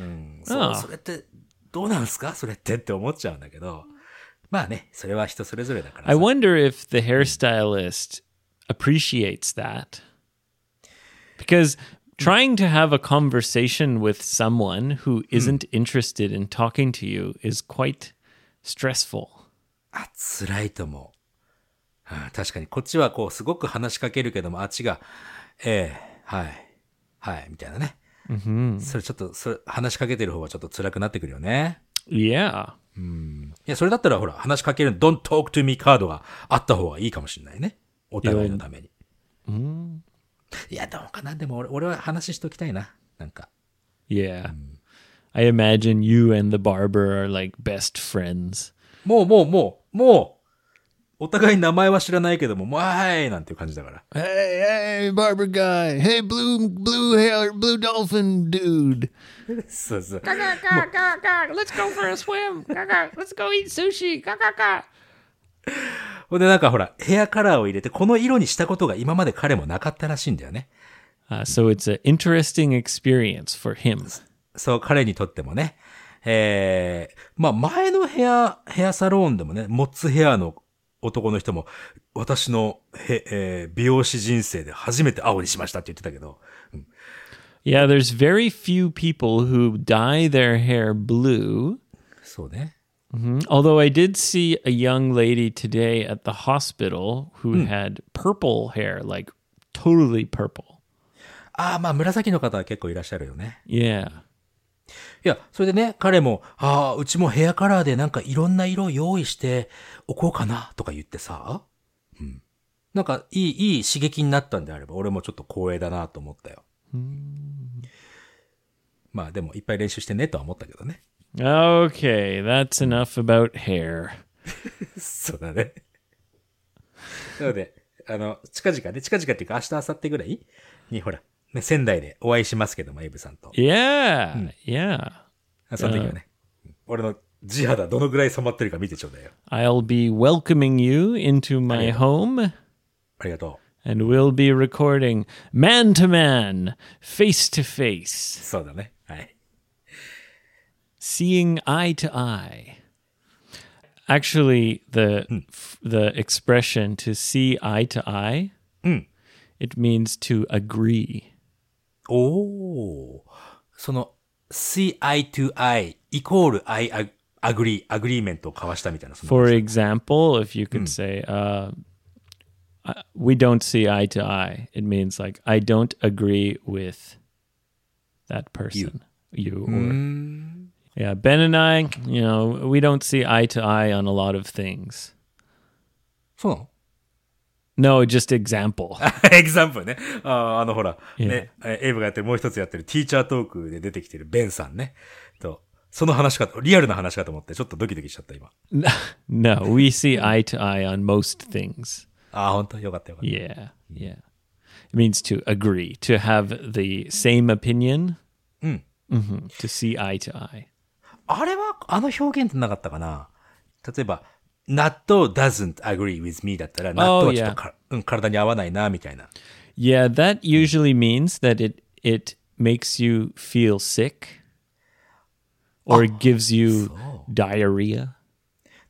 B: そう、
A: あ
B: それって、どうなんすかそれってって思っちゃうんだけど。まあね、それは人それぞれだからさ
A: I wonder if the hairstylist appreciates that. Because trying to have a conversation with someone who isn't interested in talking to you is quite stressful.
B: あ、辛いと思う。あ確かに、こっちはこう、すごく話しかけるけども、あっちが、ええはい、はい、みたいなね。それちょっと、それ、話しかけてる方はちょっと辛くなってくるよね。
A: Yeah.
B: いや、それだったらほら、話しかける don't talk to me カードがあった方がいいかもしれないね。お互いのために。いや、どうかな。でも俺、俺は話しときたいな。なんか。
A: Yeah. Hmm. I imagine you and the barber are like best friends.
B: もう、もう、もう、もう、お互い名前は知らないけども、もう、はい、なんていう感じだから。
D: Hey, hey, barber guy. Hey, blue, blue hair, blue dolphin dude.
B: そうそう。
C: Let's go for a swim. Let's go eat sushi.
B: ほんでなんかほら、ヘアカラーを入れて、この色にしたことが今まで彼もなかったらしいんだよね。
A: Uh, so it's an interesting experience for him.
B: そう、彼にとってもね。えー、まあ前のヘア、ヘアサローンでもね、モッツヘアの男の人も、私のへ、えー美容師人生で初めて青にしましたって言ってたけど、
A: Yeah, there's very few people who dye their hair blue.
B: そうね。
A: Although I did see a young lady today at the hospital who had purple hair, like totally purple.
B: ああ、まあ紫の方は結構いらっしゃるよね。
A: Yeah.
B: いや、それでね、彼も、ああ、うちもヘアカラーでなんかいろんな色を用意しておこうかなとか言ってさ、うん。なんかいい、いい刺激になったんであれば、俺もちょっと光栄だなと思ったよ。まあでも、いっぱい練習してねとは思ったけどね。
A: Okay, that's enough about hair.
B: そうだね。なので、あの、近々ね、近々っていうか明日、明後日ぐらいに、ほら、ね、仙台でお会いしますけども、エイブさんと。
A: Yeah. Yeah.
B: その時はね、俺の地肌どのぐらい染まってるか見てちょうだいよ。
A: I'll be welcoming you into my home
B: ありがとう。
A: and we'll be recording man to man, face to face,
B: そうだね。はい。
A: seeing eye to eye. Actually, the f- the expression to see eye to eye, it means to agree.
B: おお。その、see eye to eye イコール I ag- agree, アグリーメントを交わしたみたいな。その
A: For example, if you could say, uh, I- "We don't see eye to eye," it means like I don't agree with that person, you, or Yeah, Ben and I, you know, we don't see eye to eye on a lot of things.
B: そうなの
A: No, just example.
B: エグザンプルね。あーあのほら、ね、えエイブがやってるもう一つやってるティーチャートークで出てきてるベンさんね。と、その話かと、リアルな話かと思ってちょっとドキドキしちゃった今。
A: no, we see eye to eye on most things.
B: ああ、本当よかったよかった。
A: Yeah, yeah. It means to agree, to have the same opinion. hmm To see eye to eye.
B: あれは、あの表現ってなかったかな例えば、納豆 doesn't agree with me だったら、納豆はちょっとか、うん、体に合わないな、みたいな。
A: Yeah, that usually means that it it makes you feel sick or it gives you diarrhea.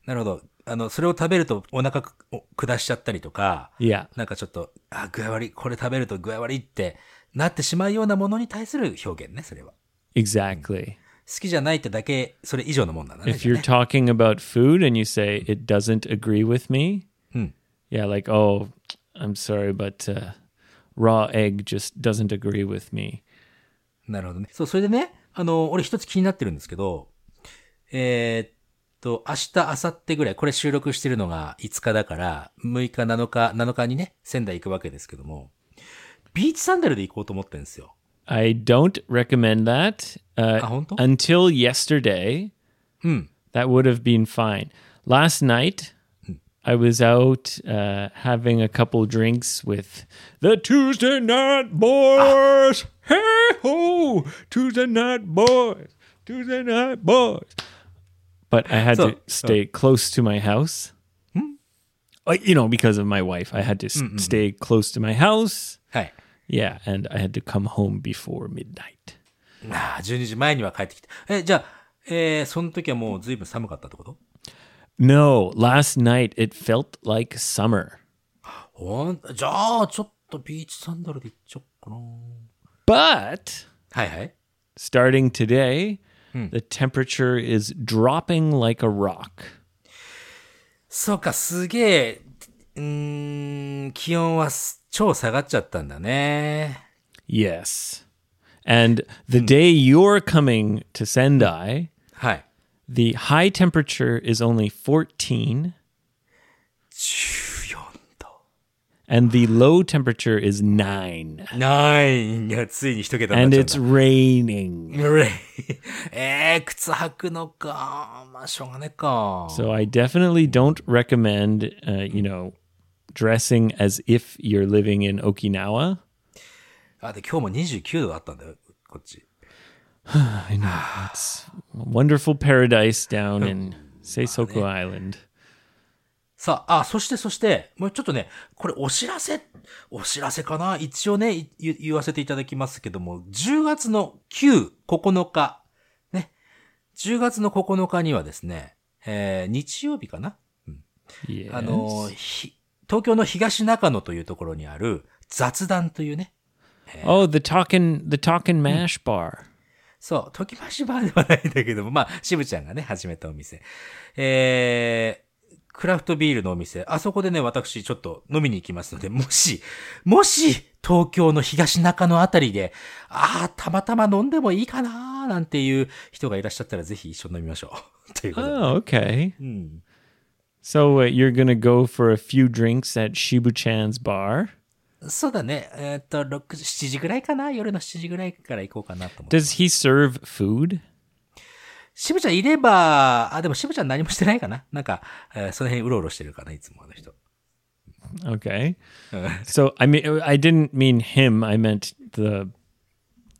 B: なるほど。あの、それを食べるとお腹くお下しちゃったりとか、
A: いや
B: なんかちょっと、あ、具合悪い、これ食べると具合悪いってなってしまうようなものに対する表現ね、それは。
A: Exactly.
B: 好きじゃないってだけ、それ以上のもんなんだね。
A: If you're talking about food and you say it doesn't agree with me, yeah, like oh, I'm sorry, but uh, raw egg just doesn't agree with me.
B: なるほどね。そう、それでね、あの、俺一つ気になってるんですけど、えーっと、明日、明後日ぐらい、これ収録してるのが5日だから、6日、7日、7日にね、仙台行くわけですけども、ビーチサンダルで行こうと思ってるんですよ。
A: I don't recommend that. Uh,
B: Ah, honto?
A: until yesterday,
B: Hmm.
A: that would have been fine. Last night,
B: Hmm.
A: I was out uh, having a couple drinks with the Tuesday Night Boys. Hey ho, Tuesday Night Boys, Tuesday Night Boys. But I had
B: So- Hmm?
A: to stay close to my house. Uh, You know, because of my wife, I had to s- stay close to my house.
B: はい。
A: Yeah, and I had to come home before midnight.
B: ああ、12時前には帰ってきて。え、じゃあ、えーその時はもう随分寒かったってこと
A: No, last night it felt like summer.
B: ほん、じゃあ、ちょっとビーチサンダルで行っちゃおうかな。
A: But
B: はいはい。
A: starting today, the temperature is dropping like a rock.
B: そうか、すげえ、うーん、気温はす超下がっちゃったんだね。
A: Yes. Hmm. And the day you're coming to Sendai,
B: はい。
A: the high temperature is only 14
B: 14度。
A: and the low temperature is 9.
B: ないがついに一桁に
A: And
B: なっち
A: it's
B: ゃっ
A: raining.
B: た。うれ えー、靴履くのか。まあ、しょうがねえか。
A: So I definitely don't recommend, uh, you know, dressing as if you're living in Okinawa.
B: あ、で、今日も29度あったんだよ、こっち。
A: I know. It's a wonderful paradise down in Seisoku Island.
B: さあ、あ、そしてそして、もうちょっとね、これお知らせ、お知らせかな一応ね、い言言わせていただきますけども、10月の9、9日、ね、10月の9日にはですね、えー日曜日かな
A: Yes.
B: あの、ひ東京の東中野というところにある雑談というね、
A: oh, the talking the talking mash bar.
B: そう、ときましバーではないんだけども、まあ、しぶちゃんがね、始めたお店。えー、クラフトビールのお店。あそこでね、私ちょっと飲みに行きますので、もし、もし、東京の東中野あたりで、ああ、たまたま飲んでもいいかなーなんていう人がいらっしゃったら、ぜひ一緒に飲みましょう。 ということで。
A: Oh, okay. Hmm. So uh, you're gonna go for a few drinks at Shibuchan's bar.
B: そうだね。えーっと、6、7時ぐらいかな夜の7時ぐらいから行こうかなと思って。
A: Does he serve food?
B: しぶちゃんいれば、あ、でもしぶちゃん何もしてないかななんか、えーその辺うろうろしてるかな、いつもあの人。
A: Okay. so I mean, I didn't mean him. I meant the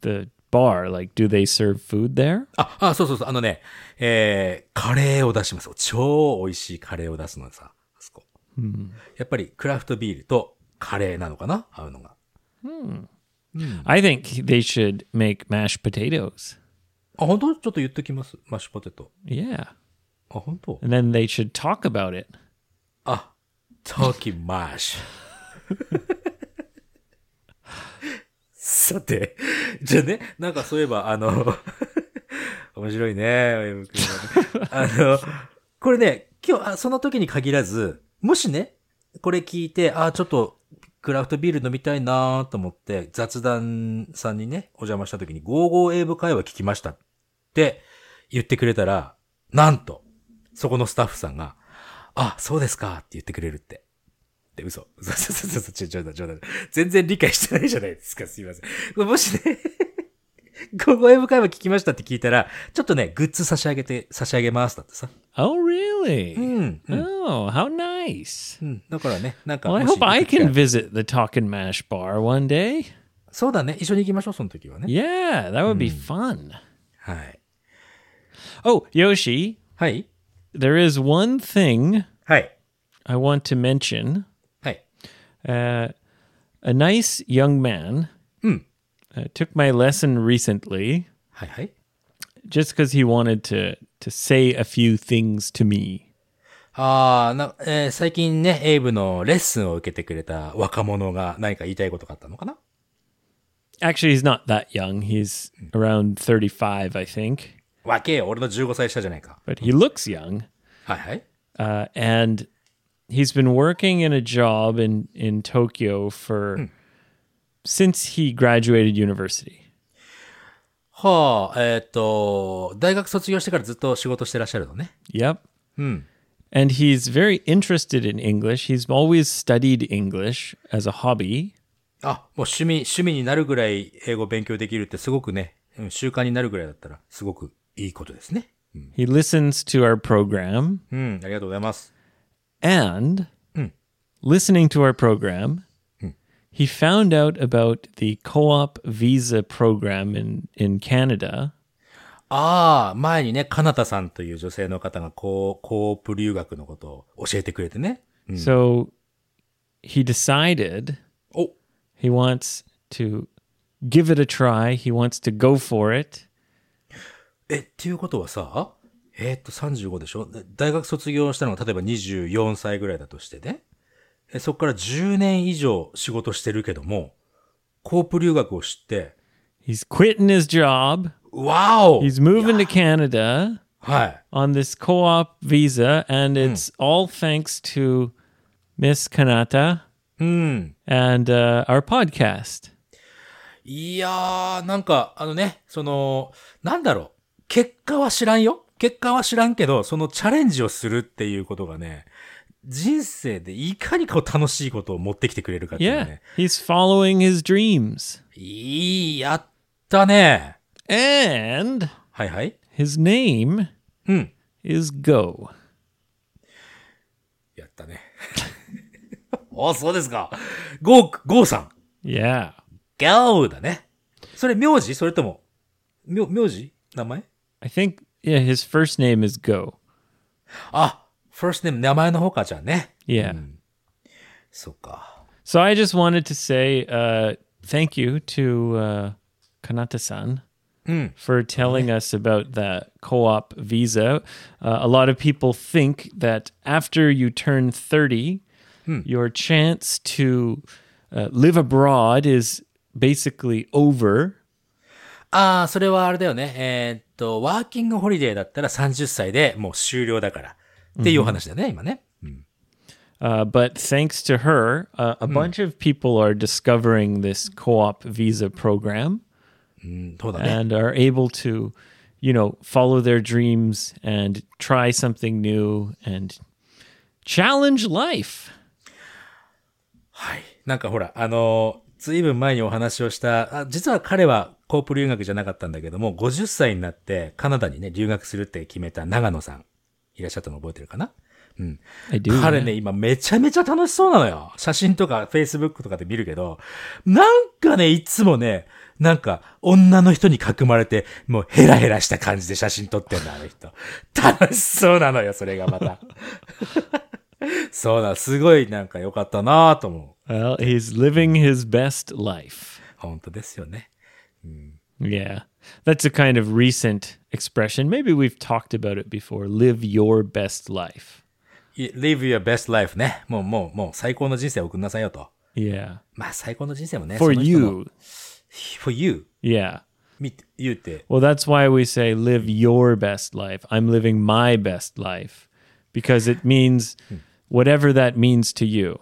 A: the bar. Like, do they serve food there?
B: あ、あ、そうそうそう、あのね、えー、カレーを出します。超美味しいカレーを出すのさ、あそこ。やっぱりクラフトビールとカレーなのかな合うのが。
A: I think they should make mashed potatoes.
B: あ、本当ちょっと言っときます。マッシュポテト。
A: Yeah.
B: あ、本当
A: And then they should talk about it.
B: あ、トキマッシュ。さて、じゃあね、なんかそういえば、あの、面白いね、歩夢君はねあの、これね、今日、あその時に限らず、もしね、これ聞いて、あ、ちょっと、クラフトビール飲みたいなと思って、雑談さんにね、お邪魔した時に、55英語会話聞きましたって言ってくれたら、なんと、そこのスタッフさんが、あ、そうですかって言ってくれるって。で、嘘。 嘘、嘘、嘘、嘘、嘘、冗談、冗談。全然理解してないじゃないですか。すいませんこれ。もしね、 ご声深いは聞きましたって聞いたら、ちょっとね、グッズ差し上げて、差し上げますだってさ。
A: Oh, really?
B: ん
A: Oh, how nice.
B: うん。だからね、なんか
A: Well, I
B: もし
A: hope I
B: 行く機会
A: can visit the Talkin' Mash bar one day.
B: そうだね。一緒に行きましょう、その時はね。
A: Yeah, that would be fun.
B: はい。
A: Oh, Yoshi,
B: はい。
A: there is one thing
B: はい。
A: I want to mention.
B: はい。
A: Uh, a nice young man uh, took my lesson recently
B: はいはい。
A: just because he wanted to, to say a few things to me.
B: ああ、な、えー最近ね、エイブのレッスンを受けてくれた若者が何か言いたいことがあったのかな
A: Actually, he's not that young. He's around 35, I think,
B: わけよ、俺の15歳下じゃないか。
A: but he looks young.
B: はいはい。
A: uh, and he's been working in a job in in Tokyo for since he graduated university.
B: はあ、えーっ、と、大学卒業してからずっと仕事してらっしゃるのね。
A: Yep. And he's very interested in English. He's always studied English as a hobby.
B: あ、もう趣味、趣味になるぐらい英語勉強できるってすごくね、うん習慣になるぐらいだったらすごくいいことですね。
A: He listens to our program
B: うん、ありがとうございます。
A: and listening to our program, he found out about the co-op visa program in in Canada.
B: ああ、前にね、かなたさんという女性の方がこう、コープ留学のことを教えてくれてね。
A: So he decided
B: お、
A: He wants to give it a try. He wants to go for it.
B: え、っていうことはさ、えーっと、35でしょで大学卒業したのが例えば24歳ぐらいだとしてね。えそこから10年以上仕事してるけども、コープ留学を知って、
A: He's quitting his job.
B: わお
A: He's moving to Canada
B: はい。
A: on this co op visa. And it's all thanks to Miss Kanata
B: うん。
A: and uh, our podcast.
B: いやー、なんか、あのね、その、なんだろう。結果は知らんよ。結果は知らんけど、そのチャレンジをするっていうことがね、人生でいかにこう楽しいことを持ってきてくれるかっていうの
A: Yeah.
B: はね。
A: He's following his dreams.
B: いい、やったね。
A: And
B: はいはい。
A: his name
B: うん。
A: is Go.
B: やったね。 あ、そうですか。ゴー、ゴーさん。
A: Yeah.
B: ギャオだね。それ名字それとも、名、名字名前
A: I think, yeah, his first name is Go.
B: あ、first name、名前の方かじゃあね。
A: Yeah.
B: そっか。
A: So I just wanted to say uh, thank you to uh, Kanata-san for telling us about that co-op visa. Uh, a lot of people think that after you turn 30, your chance to uh, live abroad is basically over.
B: ああ、それはあれだよね。えーっと、ワーキングホリデーだったら30歳でもう終了だから。っていうお話だね、今ね。
A: Uh, but thanks to her, uh, a bunch of people are discovering this co-op visa program.
B: そうだね。
A: and are able to, you know, follow their dreams and try something new and challenge life.
B: はい。なんかほら、あのー、ずいぶん前にお話をした、あ実は彼はコープ留学じゃなかったんだけども、50歳になってカナダにね、留学するって決めた長野さん、いらっしゃったの覚えてるかな
A: I do.
B: 彼ね、今めちゃめちゃ楽しそうなのよ。写真とか Facebook とかで見るけど、なんかね、いつもね、なんか女の人に囲まれて、もうヘラヘラした感じで写真撮ってんだ、あの人。楽しそうなのよ、それがまた。 そうだ、すごいなんか良かったなぁと思う。
A: Well, he's living his best life.
B: 本当ですよね。
A: Yeah. That's a kind of recent expression. Maybe we've talked about it before. Live your best life.
B: い Live your best life ね。もうもうもう最高の人生を送んなさいよと。
A: Yeah.
B: まあ最高の人生もね。
A: For
B: その人の
A: you.
B: For you.
A: Yeah.
B: Me, you って。
A: Well, that's why we say live your best life. I'm living my best life because it means whatever that means to you.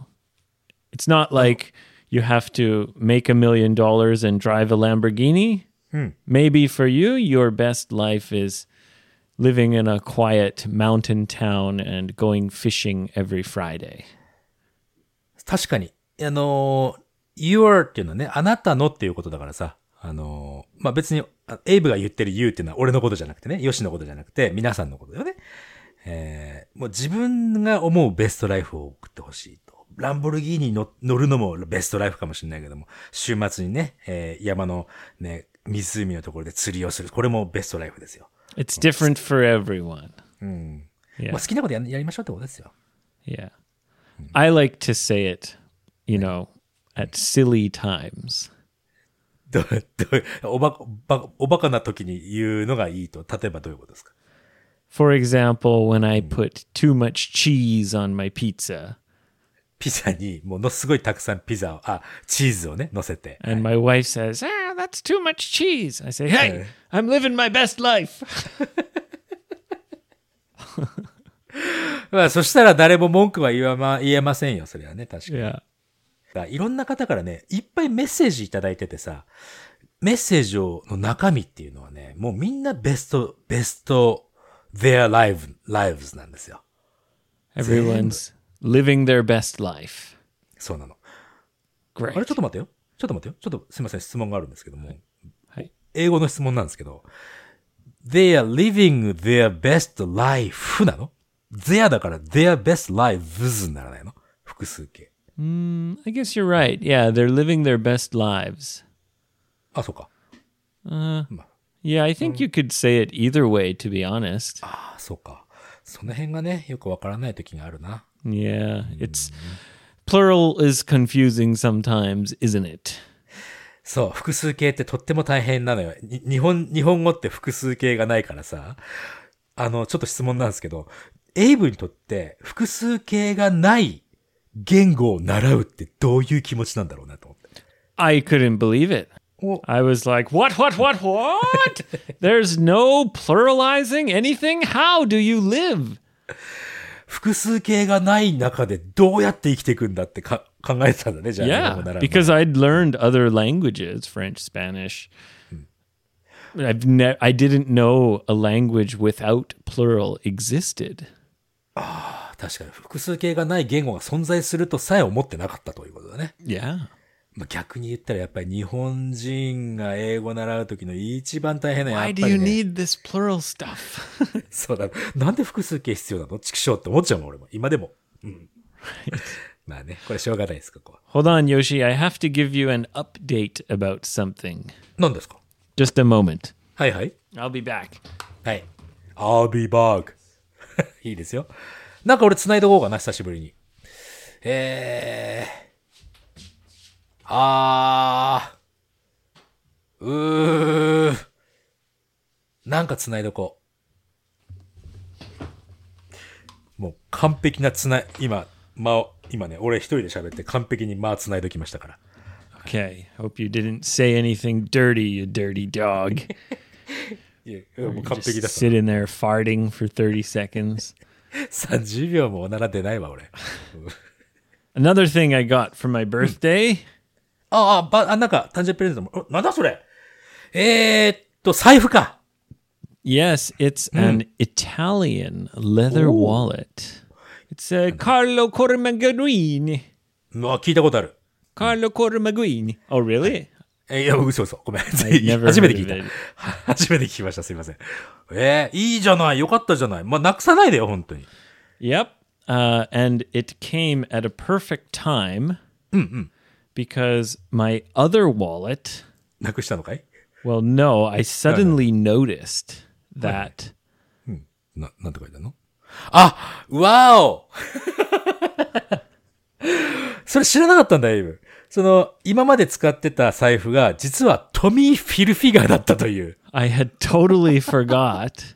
A: It's not like you have to make a million dollars and drive a Lamborghini. Maybe for you, your best life is living in a quiet mountain town and going fishing every Friday.
B: 確かに。あのー、your っていうのはね、あなたのっていうことだからさ、あのー、まあ、別に、あエイブが言ってる you っていうのは俺のことじゃなくてね、ヨシのことじゃなくて、皆さんのことだよね。えー、もう自分が思うベストライフを送ってほしいと。ランボルギーニに乗乗るのもベストライフかもしれないけども、週末にね、えー山のね、湖のところで釣りをする。これもベストライフですよ。
A: It's different for everyone.
B: うん。
A: Yeah.
B: まあ、好きなことややりましょうってことですよ。
A: Yeah. I like to say it, you know, at silly times.
B: どう、どう、おば、ば、おバカな時に言うのがいいと。例えばどういうことですか
A: For example, when I put too much cheese on my pizza
B: ピザにものすごいたくさんピザを、あ、チーズをね、乗せて。
A: and my wife says, "Ah, that's too much cheese." I say, "Hey, I'm living my best life."
B: まあ、そしたら誰も文句は言わま、言えませんよ、それはね、確かに。
A: Yeah.
B: いろんな方からね、いっぱいメッセージいただいててさ、メッセージを、の中身っていうのはね、もうみんなベスト、ベスト、their life, lives なんですよ。
A: Everyone's living their best life.
B: そうなの。
A: Great.
B: あれ、ちょっと待ってよ。ちょっと待ってよ。ちょっとすいません、質問があるんですけども。
A: はい
B: 英語の質問なんですけど。They are living their best life なの ?Their だから their best lives にならないの複数形。
A: I guess you're right. Yeah, they're living their best lives.
B: あ、そうか。
A: Yeah, I think you could say it either way, to be honest.
B: あ、そうか。その辺がね、よくわからない時があるな。
A: Yeah, it's plural is confusing sometimes, isn't it?
B: そう、複数形ってとっても大変なのよ。に日本、日本語って複数形がないからさ。あの、ちょっと質問なんですけど、エイブにとって複数形がない言語を習うってどういう気持ちなんだろうなと思って。
A: I couldn't believe it.
B: Well-
A: I was like, what, what, what, what? There's no pluralizing anything? How do you live?
B: 複数形がない中でどうやって生きていくんだってか考えてたんだね、じゃあ。英語を
A: Yeah,
B: 習う前
A: because I'd learned other languages, French, Spanish. I've ne- I didn't know a language without plural existed.
B: 確かに複数形がない言語が存在するとさえ思ってなかったということだね。
A: Yeah.
B: まあ、逆に言ったらやっぱり日本人が英語習う時の一番大変なやっぱ
A: Why
B: り、
A: do
B: ね、
A: you need this plural stuff?
B: そうだ。なんで複数形必要なの畜生って思っちゃうもん、俺も。今でも。うん。まあね、これしょうがないです、ここは。
A: Hold on, Yoshi. I have to give you an update about something.
B: 何ですか
A: Just a moment.
B: はいはい。
A: I'll be back.
B: はい。I'll be back. いいですよ。なんか俺繋いどこうかな、久しぶりに。えー。あー。うー。なんか繋いどこう。もう完璧な繋い、今、間を、今ね、俺一人で喋って完璧に間繋いどきましたから。
A: Okay. Hope you didn't say anything dirty, you dirty dog.
B: いや、もう完
A: Just
B: 璧だった。
A: sit in there farting for 30 seconds.
B: 30秒もおなら出ないわ、俺。
A: Another thing I got for my birthday.
B: ああ、ば、あ、なんか、誕生日プレゼントも、おなんだそれえー、っと、財布か
A: Yes, it's an Italian leather wallet. It's a Carlo Cormaguini.
B: うわ、聞いたことある。
A: Carlo Cormaguini. Oh, really?
B: えーいや、嘘嘘。 ごめん。
A: never
B: 初めて聞いた
A: heard of it.。
B: 初めて聞きました。すいません。えー、いいじゃない。よかったじゃない。まあ、なくさないでよ、本当に。
A: Yep. Uh, and it came at a perfect time Mm, because my other wallet,
B: なくしたのかい
A: well, no, I suddenly noticed that.
B: な、なんて書いてあるのあわお それ知らなかったんだ、エイブ。その、今まで使ってた財布が、実はトミー・フィルフィガーだったという。
A: I had totally forgot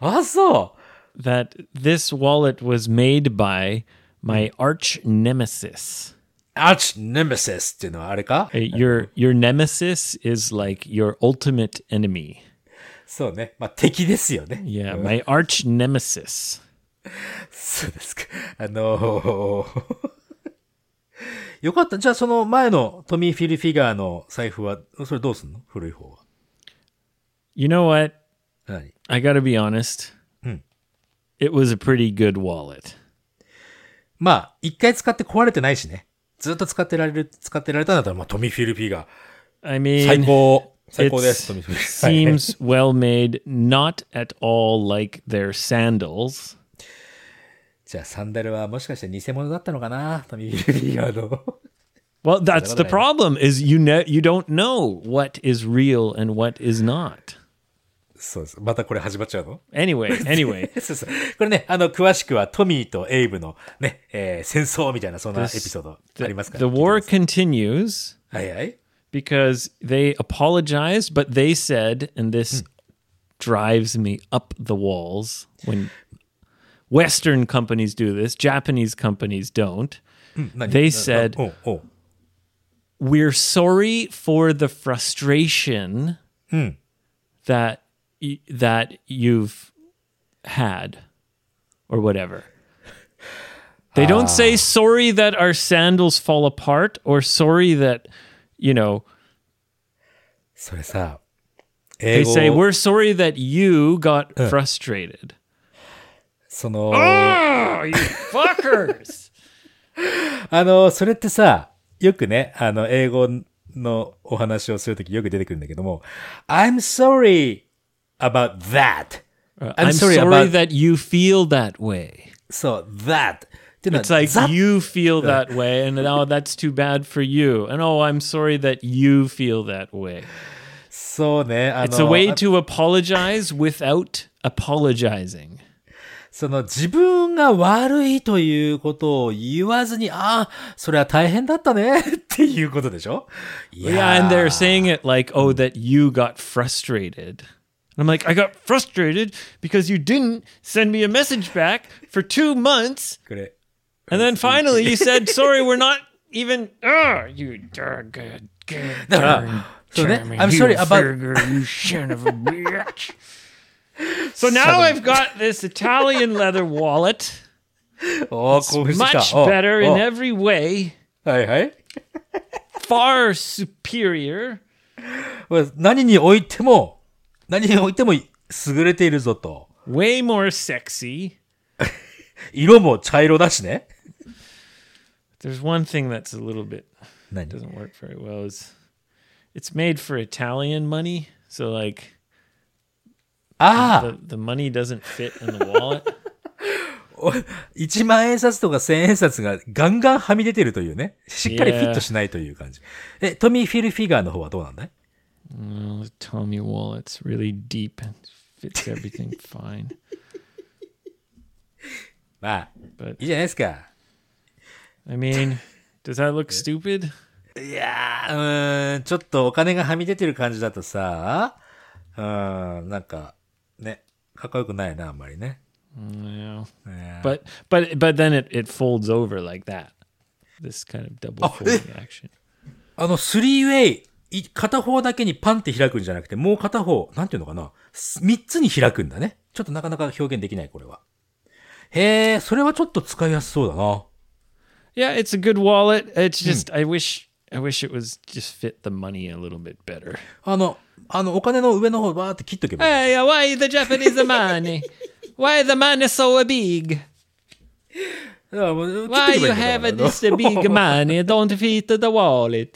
B: あ、そう。
A: that this wallet was made by my arch nemesis.
B: アーチ・ネメセスっていうのはあれか
A: Uh, Your your nemesis is like your ultimate enemy.
B: そうね。まあ、敵ですよね。
A: Yeah, my arch nemesis.
B: そうですか。あのー よかった。じゃあ、その前のトミー・フィルフィガーの財布は、それどうすんの古い方は。
A: You know what?
B: 何
A: I got to be honest. It was a pretty good wallet.
B: まあ、一回使って壊れてないしね。ずっと使ってられる、使ってられたんだったら、まあ、トミー・フィルピーが、
A: I mean,
B: 最高、最高です、トミー・
A: it
B: フィルピー。はい
A: seems well made, not at all like their sandals.
B: じゃあ、サンダルはもしかして偽物だったのかなトミー・フィルピーがの。
A: Well, that's the
B: I-
A: problem is you ne- you don't know what is real and what is not.
B: そうです。またこれ始まっちゃうの
A: Anyway, anyway,
B: そうそう。これね、あの、詳しくはトミーとエイブのね、えー戦争みたいな、そんなエピソードありますか
A: the
B: ら。
A: war continues
B: はいはい。
A: because they apologized, but they said, and this drives me up the walls when Western companies do this, Japanese companies don't.
B: 何
A: They said-
B: おうおう
A: we're sorry for the frustration
B: Hmm.
A: that y- that you've had or whatever. They don't
B: Ah.
A: say sorry that our sandals fall apart or sorry that you know,
B: それさ、
A: they
B: 英語
A: say we're sorry that you got frustrated.
B: その、 あの、それってさ、よくね、あの、英語のお話をするときよく出てくるんだけども、I'm sorry about that.
A: Uh,
B: I'm
A: I'm,
B: sorry
A: sorry,
B: about-
A: that you feel that way.
B: そう、that. っていうのは、
A: It's like
B: that-
A: you feel that way and now that's too bad for you. And oh, I'm sorry that you feel that way.
B: そうね、あの、
A: It's a way
B: あ
A: to apologize without apologizing.
B: その自分が悪いということを言わずに、ああ、それは大変だったね っていうことでしょい
A: Yeah. and they're saying it like, oh, that you got frustrated. And I'm like, I got frustrated because you didn't send me a message back for two months.
B: これ、
A: And then finally you said, sorry, we're not even.
C: Ugh, Oh, you darn good, good
B: だから、そうね、I'm sorry about
C: burger, you son of a bitch.
A: So now I've got this Italian leather wallet,
B: おー興奮してきた
A: much
B: おう
A: better in
B: おう
A: every way,
B: はいはい。
A: far superior.
B: 何においても、何においても優れているぞと。
A: way more sexy.
B: 色も茶色だしね。
A: There's one thing that's a little bit
B: 何
A: doesn't work very well is it's made for Italian money, so like
B: ああ
A: the, the money doesn't fit in the wallet.
B: 1万円札とか1000円札がガンガンはみ出てるというね。しっかりフィットしないという感じ。え、トミー・フィルフィガーの方はどうなんだい
A: oh, Tommy wallet's really deep and fits everything fine.
B: まあ、
A: But
B: いいじゃないですか。
A: I mean, does that look stupid?
B: いやー、うーん、ちょっとお金がはみ出てる感じだとさ、うーん、なんか、ね、かっこよくないな、あんまりね。
A: No.
B: ね
A: But but but then it, it folds over like that. This kind of double
B: Oh, eh.
A: folding action.
B: あの、スリーウェイ、い片方だけにパンって開くんじゃなくて、もう片方、なんていうのかな、す三つに開くんだね。ちょっとなかなか表現できない、これは。へえ、それはちょっと使いやすそうだな。
A: Yeah, it's a good wallet. It's just I wish I wish it was just fit the money a little bit better.
B: あの、あの、お金の上の方バーって切っとけばいい。
A: Hey, why the Japanese money? Why the money so big?
B: だからもう切
A: Why
B: っとけばい
A: you
B: いんだ
A: have
B: から
A: this big money? Don't fit the wallet.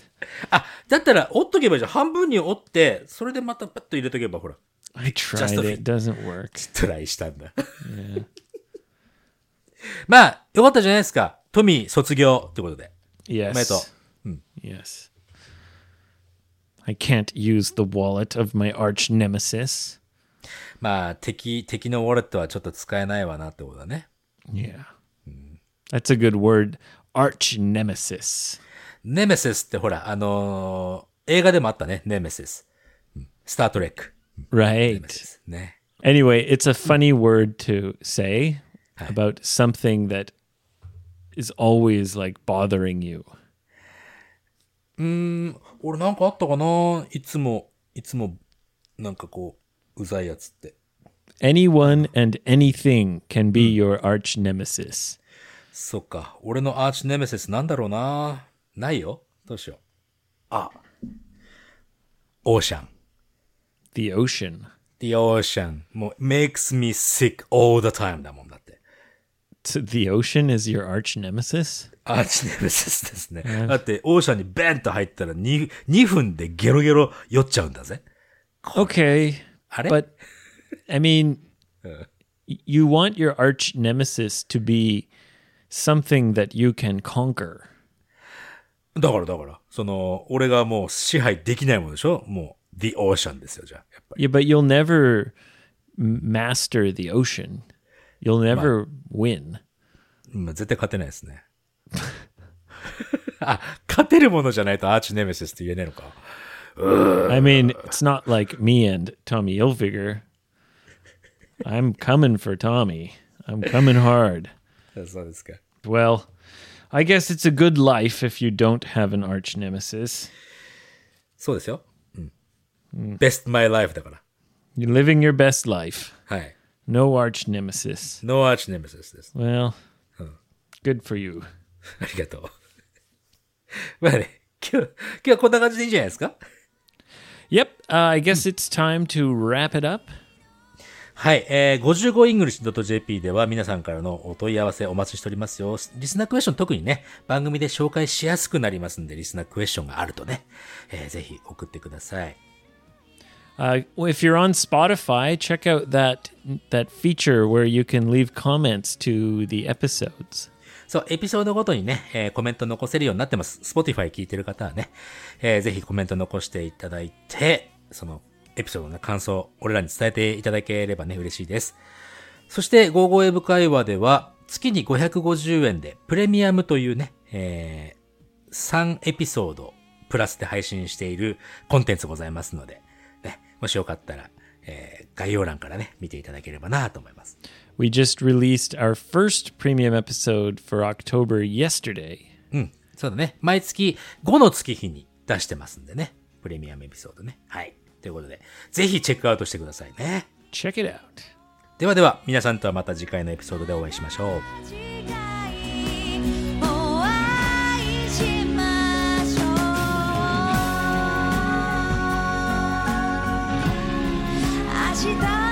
B: あ、だったら折っとけばいいじゃん。半分に折って、それでまたパッと入れとけば、ほら。
A: I tried
B: Just a
A: it.
B: bit.
A: Doesn't work.
B: トライしたんだ。まあ、よかったじゃないですか。トミー卒業ってことで。
A: Yes.
B: おめでとう。
A: Yes. I can't use the wallet of my arch nemesis.
B: まあ、敵、敵のウォレットはちょっと使えないわなってことだね。
A: Yeah. That's a good word. Arch nemesis.
B: ネメシスってほら、あのー映画でもあったね。ネメシス。うんスタートレック。
A: Right.
B: ね。
A: Anyway, it's a funny word to say about something that is always like bothering you.
B: 俺なんかあったかないつも、いつも、なんかこう、うざいやつって。
A: Anyone and anything can be your arch nemesis.
B: そっか。俺のアーチネメシスなんだろうなないよ。どうしよう。あ。オーシャン。
A: The ocean.
B: The ocean. もう、makes me sick all the time だもんだって。
A: To the ocean is your arch nemesis?
B: アーチネメシスですね。だって、オーシャンにベンと入ったら 2, 2分でゲロゲロ酔っちゃうんだぜ。
A: Okay.
B: あれ
A: But I mean, y- you want your arch nemesis to be something that you can conquer.
B: だからだから、その、俺がもう支配できないものでしょもう、The Ocean ですよ、じゃあ。やっぱ
A: Yeah, but
B: り
A: you'll never m- master the ocean. You'll never win.
B: まあ絶対勝てないです ね。あ、勝てるものじゃないとアーチネメシスって言えないのか。
A: I mean, it's not like me and Tommy Ilfiger. I'm coming for Tommy. I'm coming hard.
B: そうですか。
A: Well, I guess it's a good life if you don't have an arch nemesis.
B: そうですよ。うん。Best My Life だから。
A: You're living your best life.
B: はい。
A: No arch nemesis.
B: No Arch Nemesis です。
A: Well, good for you.
B: ありがとう。 まあね、今日、今日はこんな感じでいいんじゃないですか
A: Yep, uh, I guess it's time to wrap it up.
B: はい、えー、55english.jp では皆さんからのお問い合わせお待ちしておりますよ。リスナークエスチョン特にね、番組で紹介しやすくなりますんで、リスナークエスチョンがあるとね、えーぜひ送ってください。
A: Uh, if you're on Spotify, check out that that feature where you can leave comments to the episodes.
B: そう、エピソードごとにね、えーコメント残せるようになってます。Spotify 聞いてる方はね、えーぜひコメント残していただいて、そのエピソードの感想、俺らに伝えていただければね、嬉しいです。そして、55英語会話では、月に550円で、プレミアムというね、えー3エピソードプラスで配信しているコンテンツございますので、ね、もしよかったら、えー概要欄からね、見ていただければなと思います。
A: We just released our first premium episode for October yesterday.
B: うん。そうだね。毎月5の月日に出してますんでね。プレミアムエピソードね。はい。ということで、ぜひチェックアウトしてくださいね。
A: Check it out.
B: ではでは、皆さんとはまた次回のエピソードでお会いしましょう。
E: 「お会いしましょう」「明日